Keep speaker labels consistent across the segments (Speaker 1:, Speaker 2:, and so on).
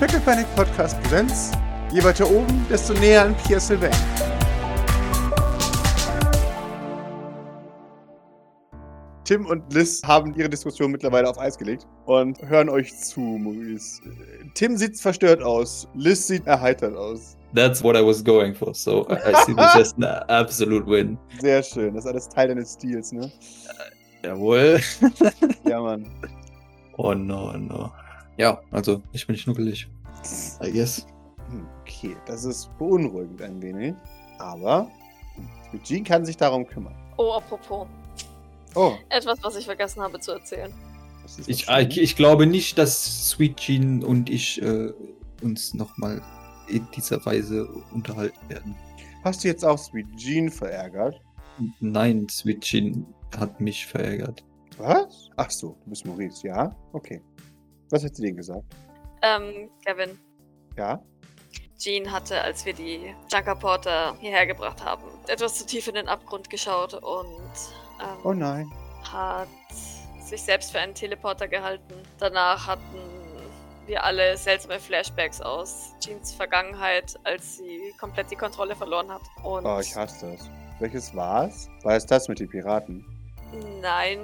Speaker 1: Pickle Panic Podcast Präsenz. Je weiter oben, desto näher an Pierre Sylvain. Tim und Liz haben ihre Diskussion mittlerweile auf Eis gelegt und hören euch zu, Maurice. Tim sieht verstört aus, Liz sieht erheitert aus.
Speaker 2: That's what I was going for. So I, I see this as an absolute win.
Speaker 1: Sehr schön, das ist alles Teil deines Stils, ne?
Speaker 2: Jawohl.
Speaker 1: Ja, Mann.
Speaker 2: Oh no, oh no. Ja, also ich bin schnuckelig. I guess.
Speaker 1: Hm, Okay, das ist beunruhigend ein wenig, aber Eugene kann sich darum kümmern.
Speaker 3: Oh, apropos.
Speaker 1: Oh,
Speaker 3: Etwas, was ich vergessen habe zu erzählen.
Speaker 1: das ist
Speaker 2: Ich,
Speaker 1: was
Speaker 2: ich, ich glaube nicht, dass Sweet Jean und ich äh, uns nochmal in dieser Weise unterhalten werden.
Speaker 1: Schönes. Hast du jetzt auch Sweet Jean verärgert?
Speaker 2: Nein, Sweet Jean hat mich verärgert.
Speaker 1: Was? Ach so, du bist Maurice, ja? Okay. Was hat sie denn gesagt?
Speaker 3: Ähm, Kevin,
Speaker 1: Ja?
Speaker 3: Jean hatte, als wir die Junker Porter hierher gebracht haben, etwas zu tief in den Abgrund geschaut und ähm,
Speaker 1: Oh nein.
Speaker 3: hat sich selbst für einen Teleporter gehalten. Danach hatten wir alle seltsame Flashbacks aus Jeans Vergangenheit, als sie komplett die Kontrolle verloren hat. Und
Speaker 1: Oh, ich hasse das. Welches war's? War es das mit den Piraten?
Speaker 3: nein,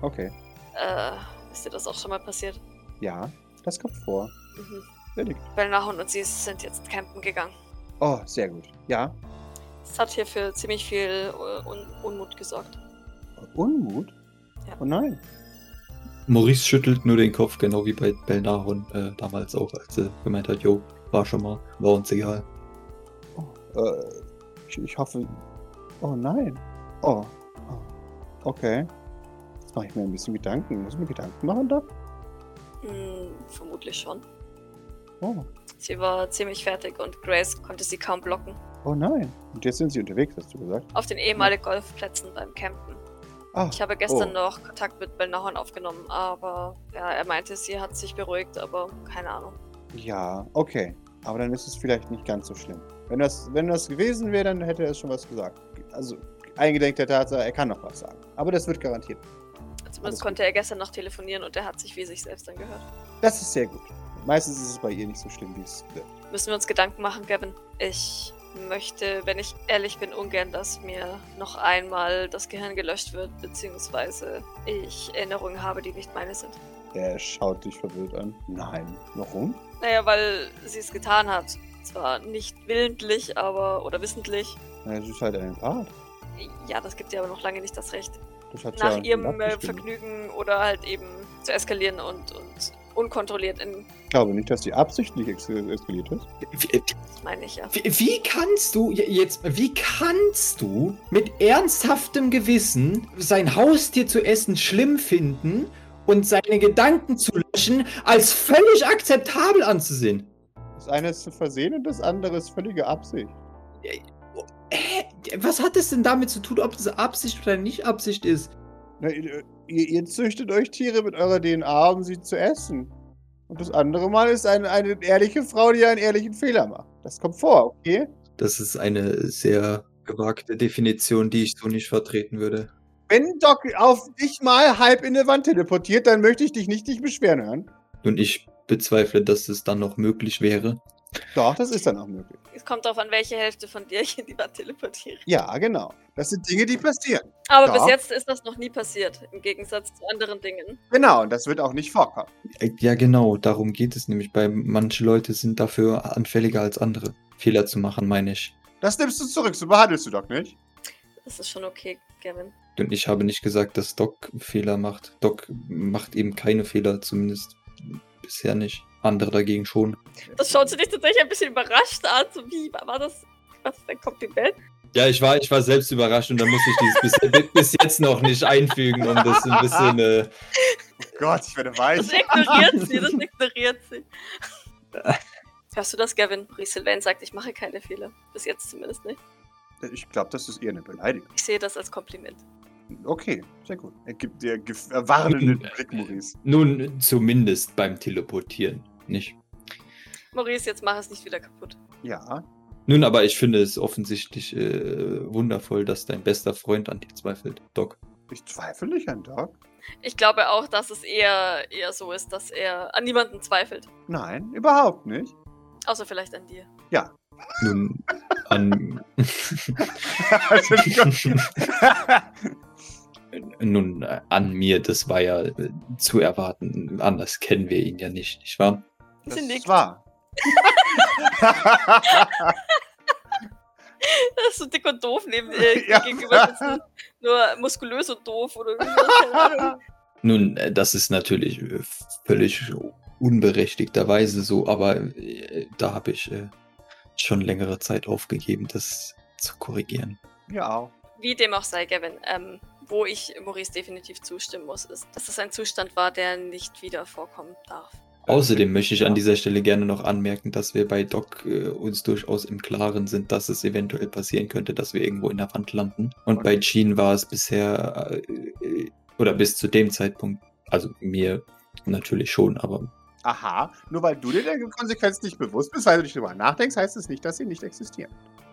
Speaker 1: Okay.
Speaker 3: äh, ist dir das auch schon mal passiert?
Speaker 1: Ja, das kommt vor.
Speaker 3: Mhm.
Speaker 1: Erledigt.
Speaker 3: Belnahun und sie sind jetzt campen gegangen.
Speaker 1: Oh, sehr gut. Ja?
Speaker 3: Es hat hier für ziemlich viel äh, Un Unmut gesorgt.
Speaker 1: Unmut?
Speaker 3: Ja.
Speaker 1: Oh nein.
Speaker 2: Maurice schüttelt nur den Kopf, genau wie bei Belnahon äh, damals auch, als er gemeint hat, jo, war schon mal, war uns egal.
Speaker 1: Äh, ich, ich hoffe. Oh nein. Oh. oh. Okay. Jetzt mache ich mir ein bisschen Gedanken. Muss ich mir Gedanken machen da?
Speaker 3: Hm, vermutlich schon.
Speaker 1: Oh.
Speaker 3: Sie war ziemlich fertig und Grace konnte sie kaum blocken.
Speaker 1: Oh nein. Und jetzt sind sie unterwegs, hast du gesagt?
Speaker 3: Auf den ehemaligen Golfplätzen beim Campen.
Speaker 1: Ah,
Speaker 3: Ich habe gestern
Speaker 1: Oh.
Speaker 3: noch Kontakt mit Belnahorn aufgenommen, aber ja, er meinte, sie hat sich beruhigt, aber keine Ahnung.
Speaker 1: ja, okay. Aber dann ist es vielleicht nicht ganz so schlimm. Wenn das, wenn das gewesen wäre, dann hätte er schon was gesagt. Also, eingedenk der Tatsache, er kann noch was sagen. Aber das wird garantiert. Alles
Speaker 3: Also Zumindest
Speaker 1: gut.
Speaker 3: konnte er gestern noch telefonieren und er hat sich wie sich selbst angehört.
Speaker 1: Das ist sehr gut. Meistens ist es bei ihr nicht so schlimm, wie es wird.
Speaker 3: Müssen wir uns Gedanken machen, Gavin. Ich möchte, wenn ich ehrlich bin, ungern, dass mir noch einmal das Gehirn gelöscht wird, beziehungsweise ich Erinnerungen habe, die nicht meine sind.
Speaker 1: Er schaut dich verwirrt an. Nein. Warum?
Speaker 3: Naja, weil sie es getan hat. Zwar nicht willentlich, aber oder wissentlich.
Speaker 1: Na, das ist halt ein Part.
Speaker 3: Ja, das gibt ihr aber noch lange nicht das Recht,
Speaker 1: Das hat
Speaker 3: nach
Speaker 1: ja
Speaker 3: ihrem äh,
Speaker 1: abgestimmt.
Speaker 3: Vergnügen oder halt eben zu eskalieren und, und unkontrolliert in.
Speaker 1: Ich glaube nicht, dass die absichtlich ex eskaliert ist.
Speaker 2: Wie,
Speaker 3: Das meine ich ja.
Speaker 2: wie, wie kannst du je- jetzt, wie kannst du mit ernsthaftem Gewissen sein Haustier zu essen schlimm finden und seine Gedanken zu löschen, als völlig akzeptabel anzusehen?
Speaker 1: Das eine ist ein Versehen und das andere ist völlige Absicht.
Speaker 2: Hä? Was hat es denn damit zu tun, ob es Absicht oder nicht Absicht ist?
Speaker 1: Na, ihr, ihr ihr züchtet euch Tiere mit eurer DNA, um sie zu essen. Und das andere Mal ist eine, eine ehrliche Frau, die einen ehrlichen Fehler macht. Das kommt vor, okay?
Speaker 2: Das ist eine Äh, sehr gewagte Definition, die ich so nicht vertreten würde.
Speaker 1: Wenn Doc auf dich mal halb in der Wand teleportiert, dann möchte ich dich nicht, dich beschweren hören.
Speaker 2: Und ich bezweifle, dass es dann noch möglich wäre.
Speaker 1: Doch, das ist dann auch möglich.
Speaker 3: Es kommt darauf an, welche Hälfte von dir ich in die Wand teleportiere.
Speaker 1: Ja, genau. Das sind Dinge, die passieren.
Speaker 3: Aber
Speaker 1: Ja.
Speaker 3: bis jetzt ist das noch nie passiert, im Gegensatz zu anderen Dingen.
Speaker 1: Genau, und das wird auch nicht vorkommen.
Speaker 2: Äh, Ja, genau, darum geht es nämlich. Bei manche Leute sind dafür anfälliger als andere. Fehler zu machen, meine ich.
Speaker 1: Das nimmst du zurück, so behandelst du Doc nicht.
Speaker 3: Das ist schon okay, Gavin.
Speaker 2: Und ich habe nicht gesagt, dass Doc Fehler macht. Doc macht eben keine Fehler, zumindest bisher nicht. Andere dagegen schon.
Speaker 3: Das schaut sie dich tatsächlich ein bisschen überrascht an. So wie, war das was ist ein Kompliment?
Speaker 2: Ja, ich war, ich war selbst überrascht und da muss ich dieses bis, bis jetzt noch nicht einfügen, um das ein bisschen. Äh,
Speaker 1: Oh Gott, ich werde
Speaker 3: Das
Speaker 1: weich.
Speaker 3: ignoriert sie, das ignoriert sie. Hörst du das, Gavin? Sylvain sagt, ich mache keine Fehler. Bis jetzt zumindest nicht.
Speaker 1: Äh, Ich glaube, das ist eher eine Beleidigung.
Speaker 3: Ich sehe das als Kompliment.
Speaker 1: Okay, sehr gut. Er gibt dir gef- äh, warnenden Blick, Maurice.
Speaker 2: nun, zumindest beim Teleportieren, nicht?
Speaker 3: Maurice, jetzt mach es nicht wieder kaputt.
Speaker 1: Ja,
Speaker 2: Nun, aber ich finde es offensichtlich äh, wundervoll, dass dein bester Freund an dir zweifelt, Doc.
Speaker 1: ich zweifle nicht an Doc.
Speaker 3: Ich glaube auch, dass es eher, eher so ist, dass er an niemanden zweifelt.
Speaker 1: Nein, überhaupt nicht.
Speaker 3: Außer vielleicht an dir.
Speaker 4: Nun, an,
Speaker 1: Also,
Speaker 4: nun, äh, an mir, das war ja äh, zu erwarten. Anders kennen wir ihn ja nicht, nicht wahr?
Speaker 1: das
Speaker 3: Sie
Speaker 1: ist
Speaker 3: nickt.
Speaker 1: wahr.
Speaker 3: Das ist so dick und doof neben äh,
Speaker 1: Ja.
Speaker 3: gegenüber sitzen. Nur muskulös und doof oder irgendwie. keine Ahnung.
Speaker 4: Nun, äh, das ist natürlich äh, völlig unberechtigterweise so, aber äh, da habe ich äh, schon längere Zeit aufgegeben, das zu korrigieren.
Speaker 1: Ja auch.
Speaker 3: Wie dem auch sei, Gavin, ähm, wo ich Maurice definitiv zustimmen muss, ist, dass es ein Zustand war, der nicht wieder vorkommen darf.
Speaker 4: Außerdem möchte ich
Speaker 1: Ja.
Speaker 4: an dieser Stelle gerne noch anmerken, dass wir bei Doc äh, uns durchaus im Klaren sind, dass es eventuell passieren könnte, dass wir irgendwo in der Wand landen. Und bei Jean war es bisher äh, äh, oder bis zu dem Zeitpunkt, also mir natürlich schon, aber
Speaker 1: Aha, nur weil du dir der Konsequenz nicht bewusst bist, weil du nicht drüber nachdenkst, heißt es nicht, dass sie nicht existieren.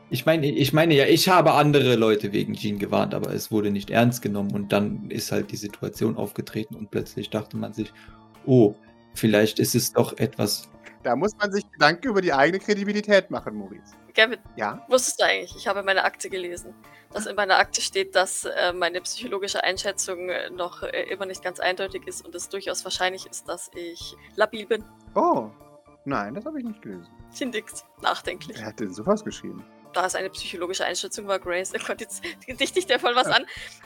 Speaker 4: ich meine, ich meine ja, ich habe andere Leute wegen Jean gewarnt, aber es wurde nicht ernst genommen und dann ist halt die Situation aufgetreten und plötzlich dachte man sich, oh, vielleicht ist es doch etwas
Speaker 1: Da muss man sich Gedanken über die eigene Kredibilität machen, Maurice.
Speaker 3: Gavin,
Speaker 1: Ja?
Speaker 3: wusstest du eigentlich, ich habe meine Akte gelesen, dass in meiner Akte steht, dass äh, meine psychologische Einschätzung äh, noch äh, immer nicht ganz eindeutig ist und es durchaus wahrscheinlich ist, dass ich labil bin.
Speaker 1: Oh, nein, das habe ich nicht gelesen.
Speaker 3: Sie nickt nachdenklich.
Speaker 1: Wer hat denn sowas geschrieben?
Speaker 3: Da es eine psychologische Einschätzung war, Grace, oh Gott, jetzt dichte ich dir voll was an,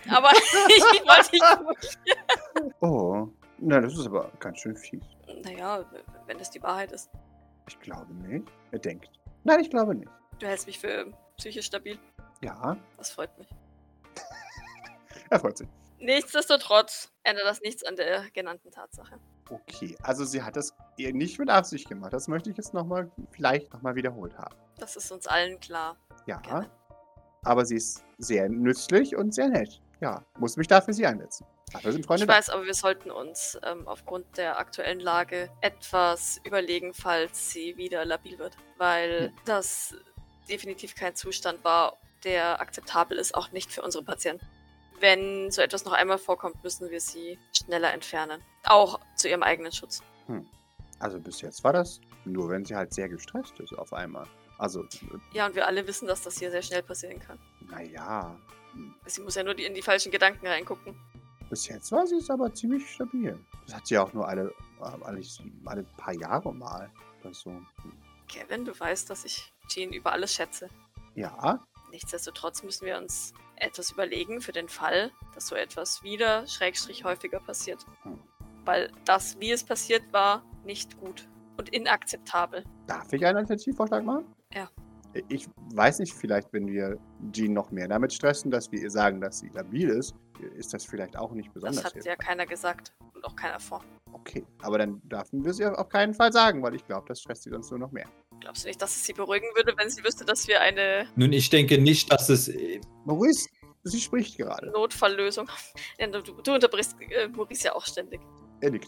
Speaker 3: aber ich wollte nicht
Speaker 1: Oh, na, das ist aber ganz schön fies.
Speaker 3: Naja, wenn das die Wahrheit ist.
Speaker 1: Ich glaube nicht. Er denkt. Nein, ich glaube nicht.
Speaker 3: Du hältst mich für psychisch stabil.
Speaker 1: Ja,
Speaker 3: Das freut mich.
Speaker 1: er freut sich.
Speaker 3: Nichtsdestotrotz ändert das nichts an der genannten Tatsache.
Speaker 1: Okay, also sie hat das eher nicht mit Absicht gemacht. Das möchte ich jetzt nochmal, vielleicht nochmal wiederholt haben.
Speaker 3: Das ist uns allen klar.
Speaker 1: Ja,
Speaker 3: Gerne.
Speaker 1: aber sie ist sehr nützlich und sehr nett. Ja, muss mich dafür sie einsetzen. Dafür sind Freunde
Speaker 3: Ich weiß, aber wir sollten uns ähm, aufgrund der aktuellen Lage etwas überlegen, falls sie wieder labil wird. Weil das definitiv kein Zustand war, der akzeptabel ist, auch nicht für unsere Patienten. Wenn so etwas noch einmal vorkommt, müssen wir sie schneller entfernen. Auch zu ihrem eigenen Schutz.
Speaker 1: da. Also bis jetzt war das nur, wenn sie halt sehr gestresst ist auf einmal. Also,
Speaker 3: Ja, und wir alle wissen, dass das hier sehr schnell passieren kann.
Speaker 1: naja,
Speaker 3: Sie muss ja nur die, in die falschen Gedanken reingucken.
Speaker 1: bis jetzt war sie es aber ziemlich stabil. Das hat sie auch nur alle, äh, alle, alle paar Jahre mal. Das so.
Speaker 3: Kevin, du weißt, dass ich Jean über alles schätze.
Speaker 1: Ja,
Speaker 3: Nichtsdestotrotz müssen wir uns etwas überlegen für den Fall, dass so etwas wieder schrägstrich häufiger passiert.
Speaker 1: Hm.
Speaker 3: Weil das, wie es passiert war, nicht gut und inakzeptabel.
Speaker 1: Darf ich einen Alternativvorschlag machen?
Speaker 3: Ja.
Speaker 1: Ich weiß nicht, vielleicht, wenn wir Jean noch mehr damit stressen, dass wir ihr sagen, dass sie labil ist, ist das vielleicht auch nicht besonders
Speaker 3: Das hat ja keiner gesagt und auch keiner vor.
Speaker 1: hilfreich. Okay, aber dann dürfen wir es ihr auf keinen Fall sagen, weil ich glaube, das stresst sie sonst nur noch mehr.
Speaker 3: Glaubst du nicht, dass es sie beruhigen würde, wenn sie wüsste, dass wir eine
Speaker 4: Nun, ich denke nicht, dass es. äh,
Speaker 1: Maurice, sie spricht gerade.
Speaker 3: Notfalllösung... Ja, du, du unterbrichst äh, Maurice ja auch ständig.
Speaker 1: Er nickt.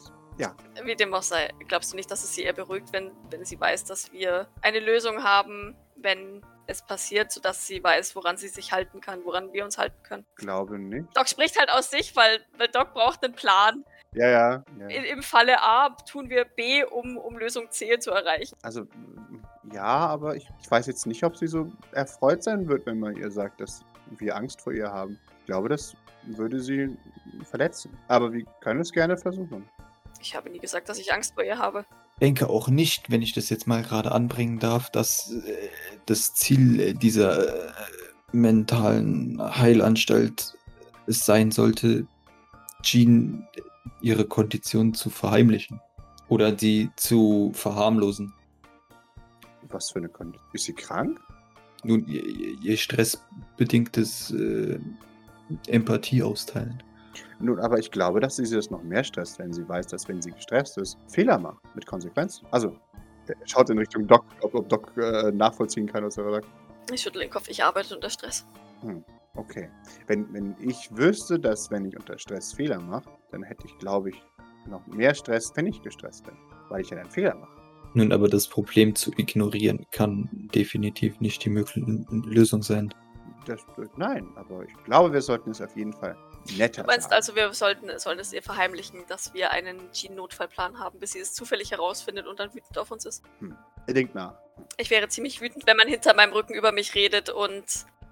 Speaker 3: Wie dem auch sei, glaubst du nicht, dass es sie eher beruhigt, wenn, wenn sie weiß, dass wir eine Lösung haben, wenn es passiert, sodass sie weiß, woran sie sich halten kann, woran wir uns halten können?
Speaker 1: Glaube nicht.
Speaker 3: Doc spricht halt aus sich, weil, weil Doc braucht einen Plan.
Speaker 1: Ja, ja. ja.
Speaker 3: In, Im Falle A tun wir B, um, um Lösung C zu erreichen.
Speaker 1: Also, m, ja, aber ich, ich weiß jetzt nicht, ob sie so erfreut sein wird, wenn man ihr sagt, dass wir Angst vor ihr haben. Ich glaube, das würde sie verletzen. Aber wir können es gerne versuchen.
Speaker 3: Ich habe nie gesagt, dass ich Angst vor ihr habe.
Speaker 4: denke auch nicht, wenn ich das jetzt mal gerade anbringen darf, dass äh, das Ziel äh, dieser äh, mentalen Heilanstalt es sein sollte, Jean äh, ihre Kondition zu verheimlichen oder die zu verharmlosen.
Speaker 1: Was für eine Kondition? Ist sie krank?
Speaker 4: Nun, ihr, ihr- ihr stressbedingtes äh, Empathie austeilen.
Speaker 1: Nun, aber ich glaube, dass sie das noch mehr stresst, wenn sie weiß, dass wenn sie gestresst ist, Fehler macht mit Konsequenzen. Also, äh, schaut in Richtung Doc, ob, ob Doc äh, nachvollziehen kann, was er sagt.
Speaker 3: Ich schüttle den Kopf, ich arbeite unter Stress.
Speaker 1: Okay. Wenn, wenn ich wüsste, dass wenn ich unter Stress Fehler mache, dann hätte ich, glaube ich, noch mehr Stress, wenn ich gestresst bin, weil ich ja dann Fehler mache.
Speaker 4: Nun aber das Problem zu ignorieren kann definitiv nicht die mögliche Lösung sein.
Speaker 1: Das, nein, aber ich glaube, wir sollten es auf jeden Fall netter
Speaker 3: Du meinst
Speaker 1: sagen.
Speaker 3: also, wir sollten, sollen es ihr verheimlichen, dass wir einen Jean-Notfallplan haben, bis sie es zufällig herausfindet und dann wütend auf uns ist?
Speaker 1: Denkt nach.
Speaker 3: Ich wäre ziemlich wütend, wenn man hinter meinem Rücken über mich redet und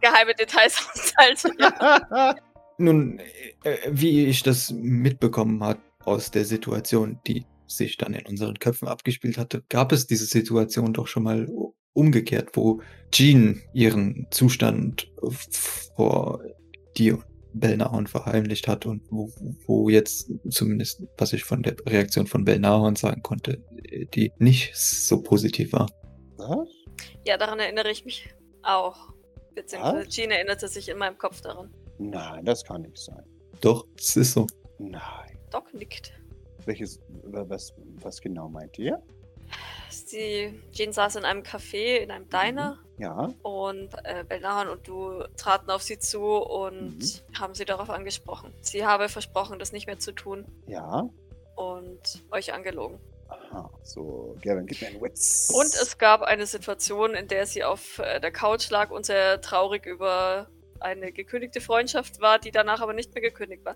Speaker 3: geheime Details austeilt.
Speaker 4: Nun, äh, wie ich das mitbekommen hat aus der Situation, die sich dann in unseren Köpfen abgespielt hatte, gab es diese Situation doch schon mal u- umgekehrt, wo Jean ihren Zustand vor dir und Belnahorn verheimlicht hat und wo, wo jetzt zumindest, was ich von der Reaktion von Belnahorn sagen konnte, äh, die nicht so positiv war.
Speaker 1: Was?
Speaker 3: ja, daran erinnere ich mich auch. Beziehungsweise
Speaker 1: Was?
Speaker 3: Jean erinnerte sich in meinem Kopf daran.
Speaker 1: Nein, das kann nicht sein.
Speaker 4: Doch, es ist so.
Speaker 1: Nein.
Speaker 3: Doc nickt.
Speaker 1: Welches, wa- was, was genau meint ihr?
Speaker 3: Sie, Jean saß in einem Café, in einem Diner
Speaker 1: Ja,
Speaker 3: Und äh, Bellahan und du traten auf sie zu und
Speaker 1: Mhm.
Speaker 3: haben sie darauf angesprochen. Sie habe versprochen, das nicht mehr zu tun
Speaker 1: ja.
Speaker 3: und euch angelogen.
Speaker 1: Aha. So, Gavin, gib mir einen Witz.
Speaker 3: Und es gab eine Situation, in der sie auf äh, der Couch lag und sehr traurig über eine gekündigte Freundschaft war, die danach aber nicht mehr gekündigt war.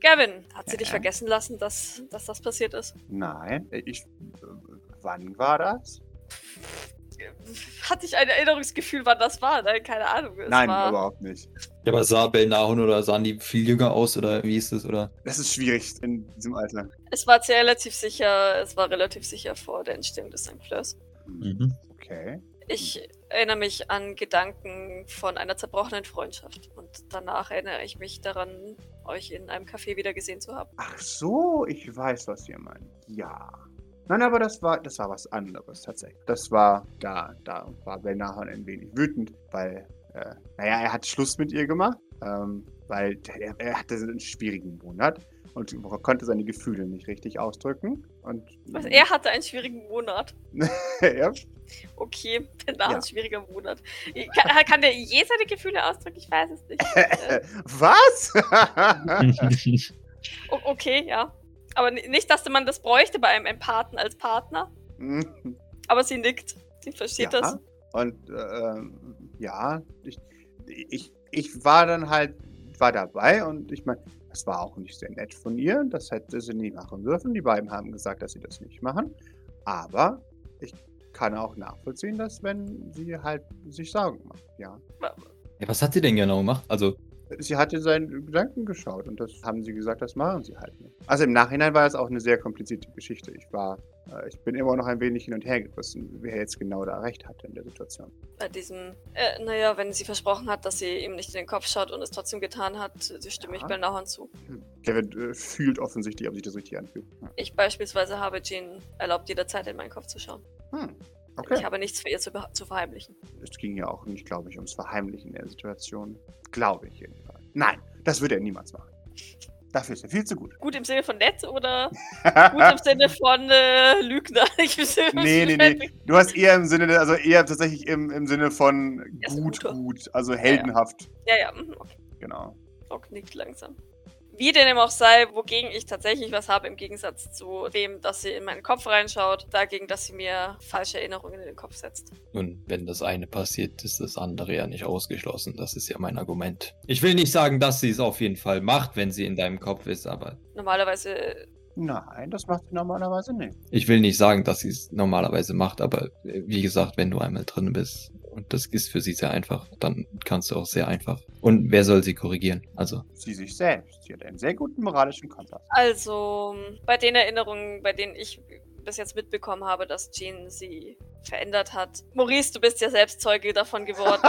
Speaker 3: Gavin, hat sie dich
Speaker 1: Ja.
Speaker 3: vergessen lassen, dass, dass das passiert ist?
Speaker 1: Nein, ich. äh, Wann war das?
Speaker 3: Hatte ich ein Erinnerungsgefühl, wann das war? Nein, keine Ahnung. Es
Speaker 1: Nein,
Speaker 3: war,
Speaker 1: überhaupt nicht.
Speaker 4: Ja, aber sah Belnahorn oder sahen die viel jünger aus oder wie ist es? Oder
Speaker 1: Das ist schwierig in diesem Alter.
Speaker 3: Es war sehr relativ sicher, es war relativ sicher vor der Entstehung des St. Fleurs.
Speaker 1: Hm,
Speaker 4: Mhm.
Speaker 1: Okay.
Speaker 3: Ich
Speaker 1: Mhm.
Speaker 3: erinnere mich an Gedanken von einer zerbrochenen Freundschaft und danach erinnere ich mich daran, euch in einem Café wieder gesehen zu haben.
Speaker 1: Ach so, ich weiß, was ihr meint. Ja. Nein, aber das war, das war was anderes tatsächlich. Das war, da, da war Benahan ein wenig wütend, weil, äh, naja, er hat Schluss mit ihr gemacht, ähm, weil er, er hatte einen schwierigen Monat und konnte seine Gefühle nicht richtig ausdrücken. Und
Speaker 3: Was, Also er hatte einen schwierigen Monat.
Speaker 1: ja,
Speaker 3: Okay, danach
Speaker 1: Ja.
Speaker 3: ein schwieriger Monat. Kann, kann der je seine Gefühle ausdrücken? Ich weiß es nicht. Äh,
Speaker 1: was?
Speaker 4: äh,
Speaker 3: o- okay, ja. Aber n- nicht, dass man das bräuchte bei einem Empathen als Partner. Aber sie nickt. Sie versteht
Speaker 1: ja.
Speaker 3: das.
Speaker 1: Und ähm, ja, ich, ich, ich war dann halt, war dabei und ich meine, das war auch nicht sehr nett von ihr. Das hätte sie nie machen dürfen. Die beiden haben gesagt, dass sie das nicht machen. Aber ich kann auch nachvollziehen, dass wenn sie halt sich Sorgen macht, ja.
Speaker 4: Ja, was hat sie denn genau gemacht? Also,
Speaker 1: Sie hatte seinen Gedanken geschaut und das haben sie gesagt, das machen sie halt nicht. Also im Nachhinein war das auch eine sehr komplizierte Geschichte. Ich war, äh, ich bin immer noch ein wenig hin und her gerissen, wer jetzt genau da recht hatte in der Situation.
Speaker 3: Bei diesem, äh, naja, wenn sie versprochen hat, dass sie ihm nicht in den Kopf schaut und es trotzdem getan hat, äh, stimme ich
Speaker 1: Ja.
Speaker 3: Bellnahorn zu.
Speaker 1: Hm. Kevin äh, fühlt offensichtlich, ob sich das richtig anfühlt.
Speaker 3: Ich beispielsweise habe Jean erlaubt, jederzeit in meinen Kopf zu schauen.
Speaker 1: Hm.
Speaker 3: Ich
Speaker 1: Okay.
Speaker 3: habe nichts für ihr zu, beha- zu verheimlichen.
Speaker 1: Es ging ja auch nicht, glaube ich, ums Verheimlichen der Situation. Glaube ich jedenfalls. Nein, das würde er niemals machen. Dafür ist er viel zu gut.
Speaker 3: Gut im Sinne von nett oder gut im Sinne von äh, Lügner? Ich bin mir
Speaker 1: nee, nee, nee. Du hast eher im Sinne, also eher tatsächlich im, im Sinne von
Speaker 3: Das
Speaker 1: gut,
Speaker 3: Gute.
Speaker 1: gut, also heldenhaft.
Speaker 3: Ja, ja, mhm, okay.
Speaker 1: Genau.
Speaker 3: Doc nickt langsam. Wie dem auch sei, wogegen ich tatsächlich was habe, im Gegensatz zu dem, dass sie in meinen Kopf reinschaut, dagegen, dass sie mir falsche Erinnerungen in den Kopf setzt.
Speaker 4: nun, wenn das eine passiert, ist das andere ja nicht ausgeschlossen. Das ist ja mein Argument. Ich will nicht sagen, dass sie es auf jeden Fall macht, wenn sie in deinem Kopf ist, aber
Speaker 3: Normalerweise, äh,
Speaker 1: Nein, das macht sie normalerweise nicht.
Speaker 4: ich will nicht sagen, dass sie es normalerweise macht, aber äh, wie gesagt, wenn du einmal drin bist und das ist für sie sehr einfach, dann kannst du auch sehr einfach. Und wer soll sie korrigieren? Also,
Speaker 1: Sie sich selbst. Sie hat einen sehr guten moralischen Kompass.
Speaker 3: also bei den Erinnerungen, bei denen ich bis jetzt mitbekommen habe, dass Jean sie verändert hat. Maurice, du bist ja selbst Zeuge davon geworden.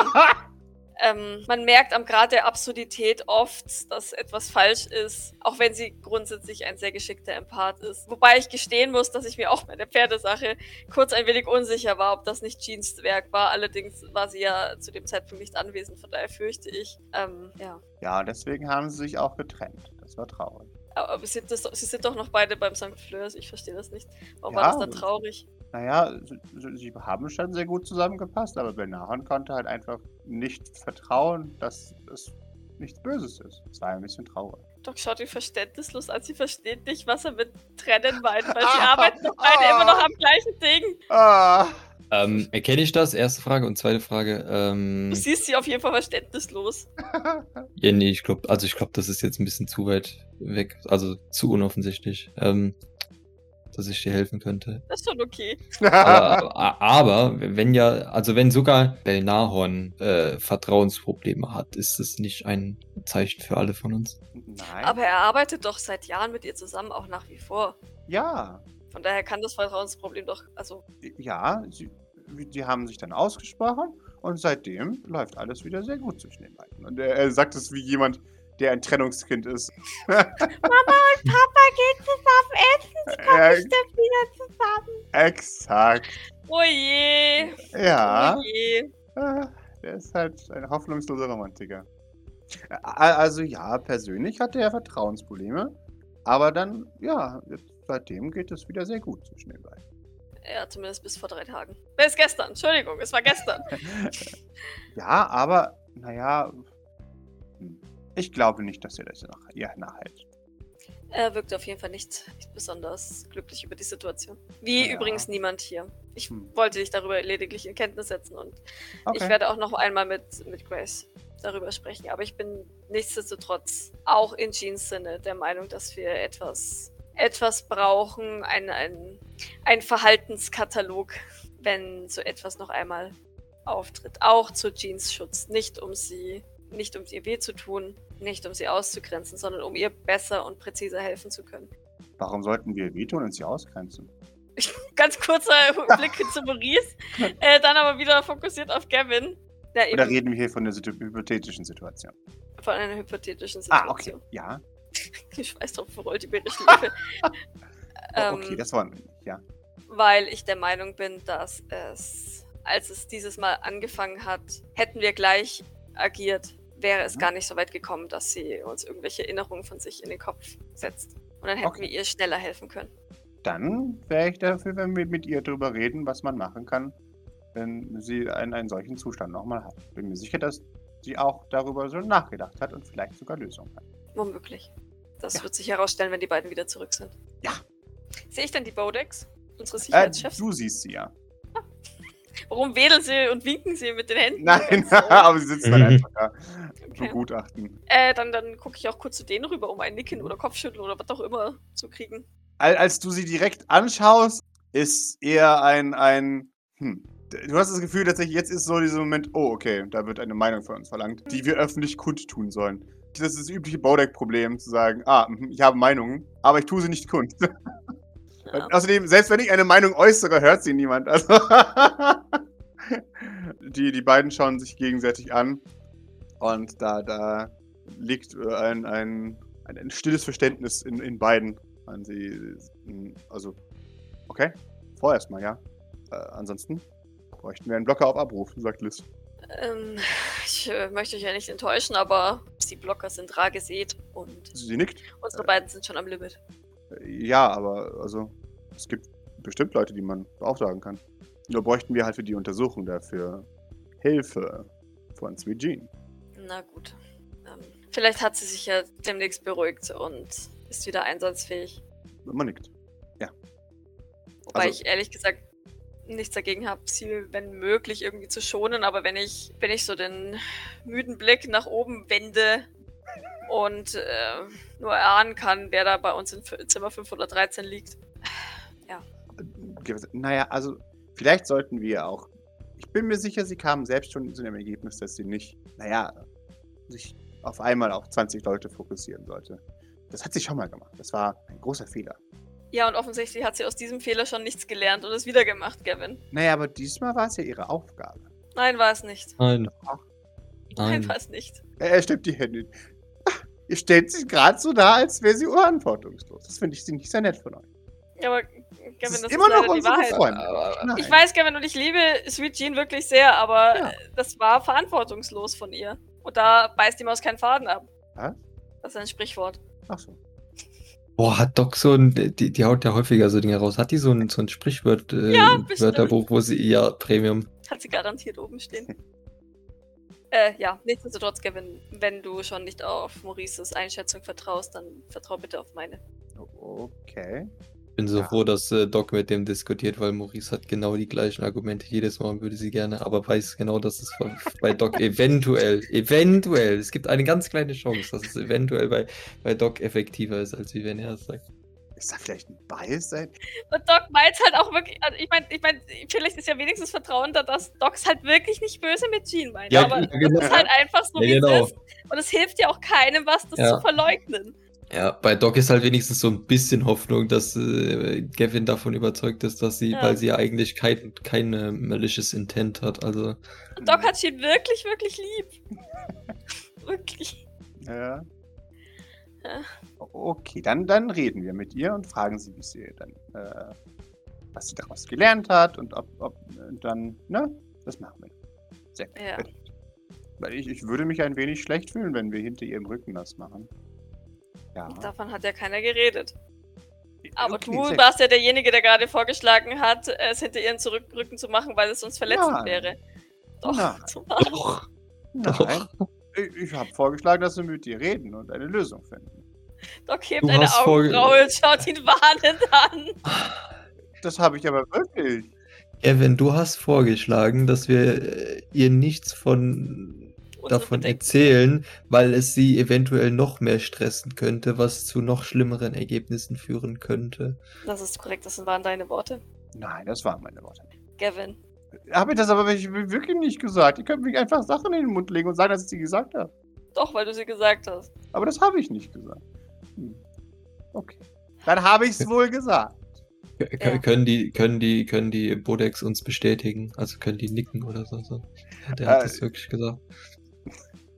Speaker 3: Ähm, man merkt am Grad der Absurdität oft, dass etwas falsch ist, auch wenn sie grundsätzlich ein sehr geschickter Empath ist. Wobei ich gestehen muss, dass ich mir auch bei der Pferdesache kurz ein wenig unsicher war, ob das nicht Jeans Werk war. Allerdings war sie ja zu dem Zeitpunkt nicht anwesend, von daher fürchte ich. Ähm, ja.
Speaker 1: ja, deswegen haben sie sich auch getrennt. Das war traurig.
Speaker 3: Aber sie sind, das, sie sind doch noch beide beim St. Fleurs, ich verstehe das nicht. Warum
Speaker 1: Ja,
Speaker 3: war das dann
Speaker 1: aber-
Speaker 3: traurig?
Speaker 1: Naja, sie, sie- sie haben schon sehr gut zusammengepasst, aber Benahan konnte halt einfach nicht vertrauen, dass es nichts Böses ist. Es war ein bisschen traurig.
Speaker 3: Doc schaut ihn verständnislos an, sie versteht nicht, was er mit Trennen meint, weil sie
Speaker 1: Ah,
Speaker 3: arbeiten doch beide
Speaker 1: ah.
Speaker 3: immer noch am gleichen Ding.
Speaker 1: Ah,
Speaker 4: Ähm, erkenne ich das? Erste Frage. Und zweite Frage. Ähm,
Speaker 1: Hm.
Speaker 3: Du siehst sie auf jeden Fall verständnislos.
Speaker 4: ja, nee, ich glaube, also ich glaube, das ist jetzt ein bisschen zu weit weg, also zu unoffensichtlich, ähm, dass ich dir helfen könnte.
Speaker 3: Das ist schon okay.
Speaker 4: Aber, a- aber wenn ja, also wenn sogar Belnahorn äh, Vertrauensprobleme hat, ist es nicht ein Zeichen für alle von uns.
Speaker 1: Nein.
Speaker 3: Aber er arbeitet doch seit Jahren mit ihr zusammen, auch nach wie vor.
Speaker 1: ja.
Speaker 3: Von daher kann das Vertrauensproblem doch, also
Speaker 1: Ja, sie, die haben sich dann ausgesprochen und seitdem läuft alles wieder sehr gut zwischen den beiden. Und er, er sagt es wie jemand, der ein Trennungskind ist.
Speaker 5: Papa geht zusammen essen,
Speaker 1: Er,
Speaker 5: stimmt wieder zusammen.
Speaker 1: Äh, exakt.
Speaker 3: oh Oje! oh
Speaker 1: Ja.
Speaker 3: Oje!
Speaker 1: Ah, Der ist halt ein hoffnungsloser Romantiker. A- a- Also ja, persönlich hatte er Vertrauensprobleme, aber dann, ja, jetzt, seitdem geht es wieder sehr gut zwischen den beiden.
Speaker 3: Ja, zumindest bis vor drei Tagen. Bis gestern, Entschuldigung, es war gestern.
Speaker 1: Ja, aber, naja, hm, ich glaube nicht, dass ihr das nach, ihr nachhält.
Speaker 3: Er wirkte auf jeden Fall nicht, nicht besonders glücklich über die Situation. Wie
Speaker 1: Ja.
Speaker 3: übrigens niemand hier. Ich
Speaker 1: Hm.
Speaker 3: wollte dich darüber lediglich in Kenntnis setzen und ich
Speaker 1: Okay.
Speaker 3: werde auch noch einmal mit, mit Grace darüber sprechen. Aber ich bin nichtsdestotrotz auch in Jeans Sinne der Meinung, dass wir etwas, etwas brauchen, ein, ein, ein Verhaltenskatalog, wenn so etwas noch einmal auftritt. Auch zu Jeans Schutz. Nicht um sie, nicht um ihr weh zu tun, nicht um sie auszugrenzen, sondern um ihr besser und präziser helfen zu können.
Speaker 1: Warum sollten wir Veto und uns hier ausgrenzen?
Speaker 3: Ganz kurzer Blick zu Maurice, äh, dann aber wieder fokussiert auf Gavin. Ja,
Speaker 1: Oder
Speaker 3: eben.
Speaker 1: reden wir hier von der situ- hypothetischen Situation?
Speaker 3: Von einer hypothetischen
Speaker 1: Ah,
Speaker 3: Situation.
Speaker 1: okay. Ja.
Speaker 3: Die Schweißtropfen rollt über ihre Schläfe.
Speaker 1: Oh, okay,
Speaker 3: ähm,
Speaker 1: das wollen wir nicht. Ja.
Speaker 3: weil ich der Meinung bin, dass es, als es dieses Mal angefangen hat, hätten wir gleich agiert, wäre es
Speaker 1: Mhm.
Speaker 3: gar nicht so weit gekommen, dass sie uns irgendwelche Erinnerungen von sich in den Kopf setzt. Und dann hätten
Speaker 1: Okay.
Speaker 3: wir ihr schneller helfen können.
Speaker 1: Dann wäre ich dafür, wenn wir mit ihr darüber reden, was man machen kann, wenn sie einen, einen solchen Zustand nochmal hat. Bin mir sicher, dass sie auch darüber so nachgedacht hat und vielleicht sogar Lösungen hat.
Speaker 3: Womöglich. Das
Speaker 1: Ja.
Speaker 3: wird sich herausstellen, wenn die beiden wieder zurück sind.
Speaker 1: Ja.
Speaker 3: Sehe ich denn die Bodex? Unsere
Speaker 1: Äh,
Speaker 3: Sicherheitschefs?
Speaker 1: du siehst sie ja.
Speaker 3: Warum wedeln sie und winken sie mit den Händen?
Speaker 1: Nein,
Speaker 3: Und so?
Speaker 1: aber sie sitzen dann
Speaker 4: Mhm.
Speaker 1: einfach da.
Speaker 3: Okay.
Speaker 1: Begutachten.
Speaker 3: Äh, dann, dann gucke ich auch kurz zu denen rüber, um ein Nicken oder Kopfschütteln oder was auch immer zu kriegen.
Speaker 1: Al- Als du sie direkt anschaust, ist eher ein, ein, hm. Du hast das Gefühl, tatsächlich, jetzt ist so dieser Moment, oh, okay, da wird eine Meinung von uns verlangt, die wir öffentlich kundtun sollen. Das ist das übliche Baudeck-Problem, zu sagen, ah, mhm, ich habe Meinungen, aber ich tue sie nicht kund.
Speaker 3: Ja.
Speaker 1: Außerdem, selbst wenn ich eine Meinung äußere, hört sie niemand. Also die, die beiden schauen sich gegenseitig an und da, da liegt äh, ein, ein, ein, ein stilles Verständnis in, in beiden. Und sie, also, okay, vorerst mal, ja. Äh, ansonsten bräuchten wir einen Blocker auf Abruf, sagt Liz.
Speaker 3: Ähm, ich äh, möchte euch ja nicht enttäuschen, aber die Blocker sind rar gesät und
Speaker 1: Sie nickt.
Speaker 3: unsere beiden sind schon am Limit.
Speaker 1: Äh, Ja, aber also, es gibt bestimmt Leute, die man beauftragen kann. Nur bräuchten wir halt für die Untersuchung dafür Hilfe von Swigin.
Speaker 3: Na gut. Ähm, vielleicht hat sie sich ja demnächst beruhigt und ist wieder einsatzfähig.
Speaker 1: Man nickt.
Speaker 3: Wobei
Speaker 1: Also-
Speaker 3: ich ehrlich gesagt nichts dagegen habe, sie, wenn möglich, irgendwie zu schonen. Aber wenn ich, wenn ich so den müden Blick nach oben wende und äh, nur erahnen kann, wer da bei uns in F- Zimmer 513 liegt.
Speaker 1: Gewiss- Naja, also, vielleicht sollten wir auch. Ich bin mir sicher, sie kamen selbst schon zu dem Ergebnis, dass sie nicht, naja, sich auf einmal auf 20 Leute fokussieren sollte. Das hat sie schon mal gemacht. Das war ein großer Fehler.
Speaker 3: Ja, und offensichtlich hat sie aus diesem Fehler schon nichts gelernt und es wieder gemacht, Gavin.
Speaker 1: Naja, aber diesmal war es ja ihre Aufgabe.
Speaker 3: Nein, war es nicht.
Speaker 4: Nein.
Speaker 3: Nein,
Speaker 4: Nein.
Speaker 3: war es nicht.
Speaker 1: Er, er stimmt die Hände. Ah, Ihr stellt sich gerade so dar, als wäre sie unverantwortungslos. Das finde ich nicht sehr nett von euch.
Speaker 3: Ja, aber Gavin, das ist,
Speaker 1: immer
Speaker 3: leider
Speaker 1: noch
Speaker 3: die
Speaker 1: unsere
Speaker 3: Wahrheit.
Speaker 1: Freundin.
Speaker 4: Aber-
Speaker 1: Nein.
Speaker 3: Ich weiß, Gavin, und ich liebe Sweet Jean wirklich sehr, aber
Speaker 1: Ja.
Speaker 3: äh, das war verantwortungslos von ihr. Und da beißt die Maus keinen Faden ab.
Speaker 1: Was?
Speaker 3: Das ist ein Sprichwort.
Speaker 1: Ach so.
Speaker 4: Boah, hat Doc so ein, die, die haut ja häufiger so Dinge raus. Hat die so ein, so ein Sprichwort, äh,
Speaker 3: Ja, bestimmt.
Speaker 4: Wörterbuch, wo sie, ja, Premium.
Speaker 3: Hat sie garantiert oben stehen. äh, ja, nichtsdestotrotz, Gavin, wenn du schon nicht auf Maurices Einschätzung vertraust, dann vertrau bitte auf meine.
Speaker 1: Okay.
Speaker 4: bin so
Speaker 1: Ja.
Speaker 4: froh, dass äh, Doc mit dem diskutiert, weil Maurice hat genau die gleichen Argumente jedes Mal und würde sie gerne, aber weiß genau, dass es bei- bei Doc eventuell, eventuell, es gibt eine ganz kleine Chance, dass es eventuell bei, bei Doc effektiver ist, als wie wenn er es sagt.
Speaker 1: Ist da vielleicht ein Bias sein?
Speaker 3: Und Doc meint halt auch wirklich, also ich meine, ich mein, vielleicht ist ja wenigstens Vertrauen da, dass Docs halt wirklich nicht böse mit Jean meint.
Speaker 4: Ja,
Speaker 3: aber
Speaker 4: ja, genau.
Speaker 3: das ist halt einfach so,
Speaker 4: Ja,
Speaker 3: wie
Speaker 4: genau.
Speaker 3: es ist. Und es hilft ja auch keinem was, das
Speaker 4: Ja.
Speaker 3: zu verleugnen.
Speaker 4: Ja, bei Doc ist halt wenigstens so ein bisschen Hoffnung, dass äh, Gavin davon überzeugt ist, dass sie,
Speaker 3: Ja.
Speaker 4: weil sie ja eigentlich kein, keine malicious intent hat, also
Speaker 3: Und Doc hat Jean wirklich, wirklich lieb. wirklich.
Speaker 1: Ja.
Speaker 3: Ja.
Speaker 1: O- Okay, dann, dann reden wir mit ihr und fragen sie, wie sie dann, äh, was sie daraus gelernt hat und ob, ob äh, dann, ne? Das machen wir. Sehr gut.
Speaker 3: Ja.
Speaker 1: Weil ich, ich würde mich ein wenig schlecht fühlen, wenn wir hinter ihrem Rücken das machen. Ja.
Speaker 3: Davon hat ja keiner geredet. Aber
Speaker 1: okay,
Speaker 3: du
Speaker 1: sehr
Speaker 3: warst ja derjenige, der gerade vorgeschlagen hat, es hinter ihren Zurückrücken zu machen, weil es sonst verletzend
Speaker 1: Nein.
Speaker 3: wäre. Doch,
Speaker 1: Nein.
Speaker 3: so war es.
Speaker 1: Nein. Ich, ich habe vorgeschlagen, dass wir mit dir reden und eine Lösung finden.
Speaker 3: Doc hebt
Speaker 4: Du
Speaker 3: eine
Speaker 4: hast vorge-
Speaker 3: Augenbraue und schaut ihn warnend an.
Speaker 1: Das habe ich aber wirklich.
Speaker 4: Gavin, du hast vorgeschlagen, dass wir äh, ihr nichts von
Speaker 3: Unsere
Speaker 4: davon
Speaker 3: Bedenken.
Speaker 4: erzählen, weil es sie eventuell noch mehr stressen könnte, was zu noch schlimmeren Ergebnissen führen könnte.
Speaker 3: Das ist korrekt, das waren deine Worte.
Speaker 1: Nein, das waren meine Worte.
Speaker 3: Gavin.
Speaker 1: Habe ich das aber wirklich- wirklich nicht gesagt. Ihr könnt mir einfach Sachen in den Mund legen und sagen, dass ich sie gesagt habe.
Speaker 3: Doch, weil du sie gesagt hast.
Speaker 1: Aber das habe ich nicht gesagt. Hm. Okay. Dann habe ich es wohl gesagt.
Speaker 4: K- k-
Speaker 3: Ja.
Speaker 4: Können die, können die, können die Bodex uns bestätigen? Also können die nicken oder so? so. Der hat
Speaker 1: Äh,
Speaker 4: das wirklich gesagt.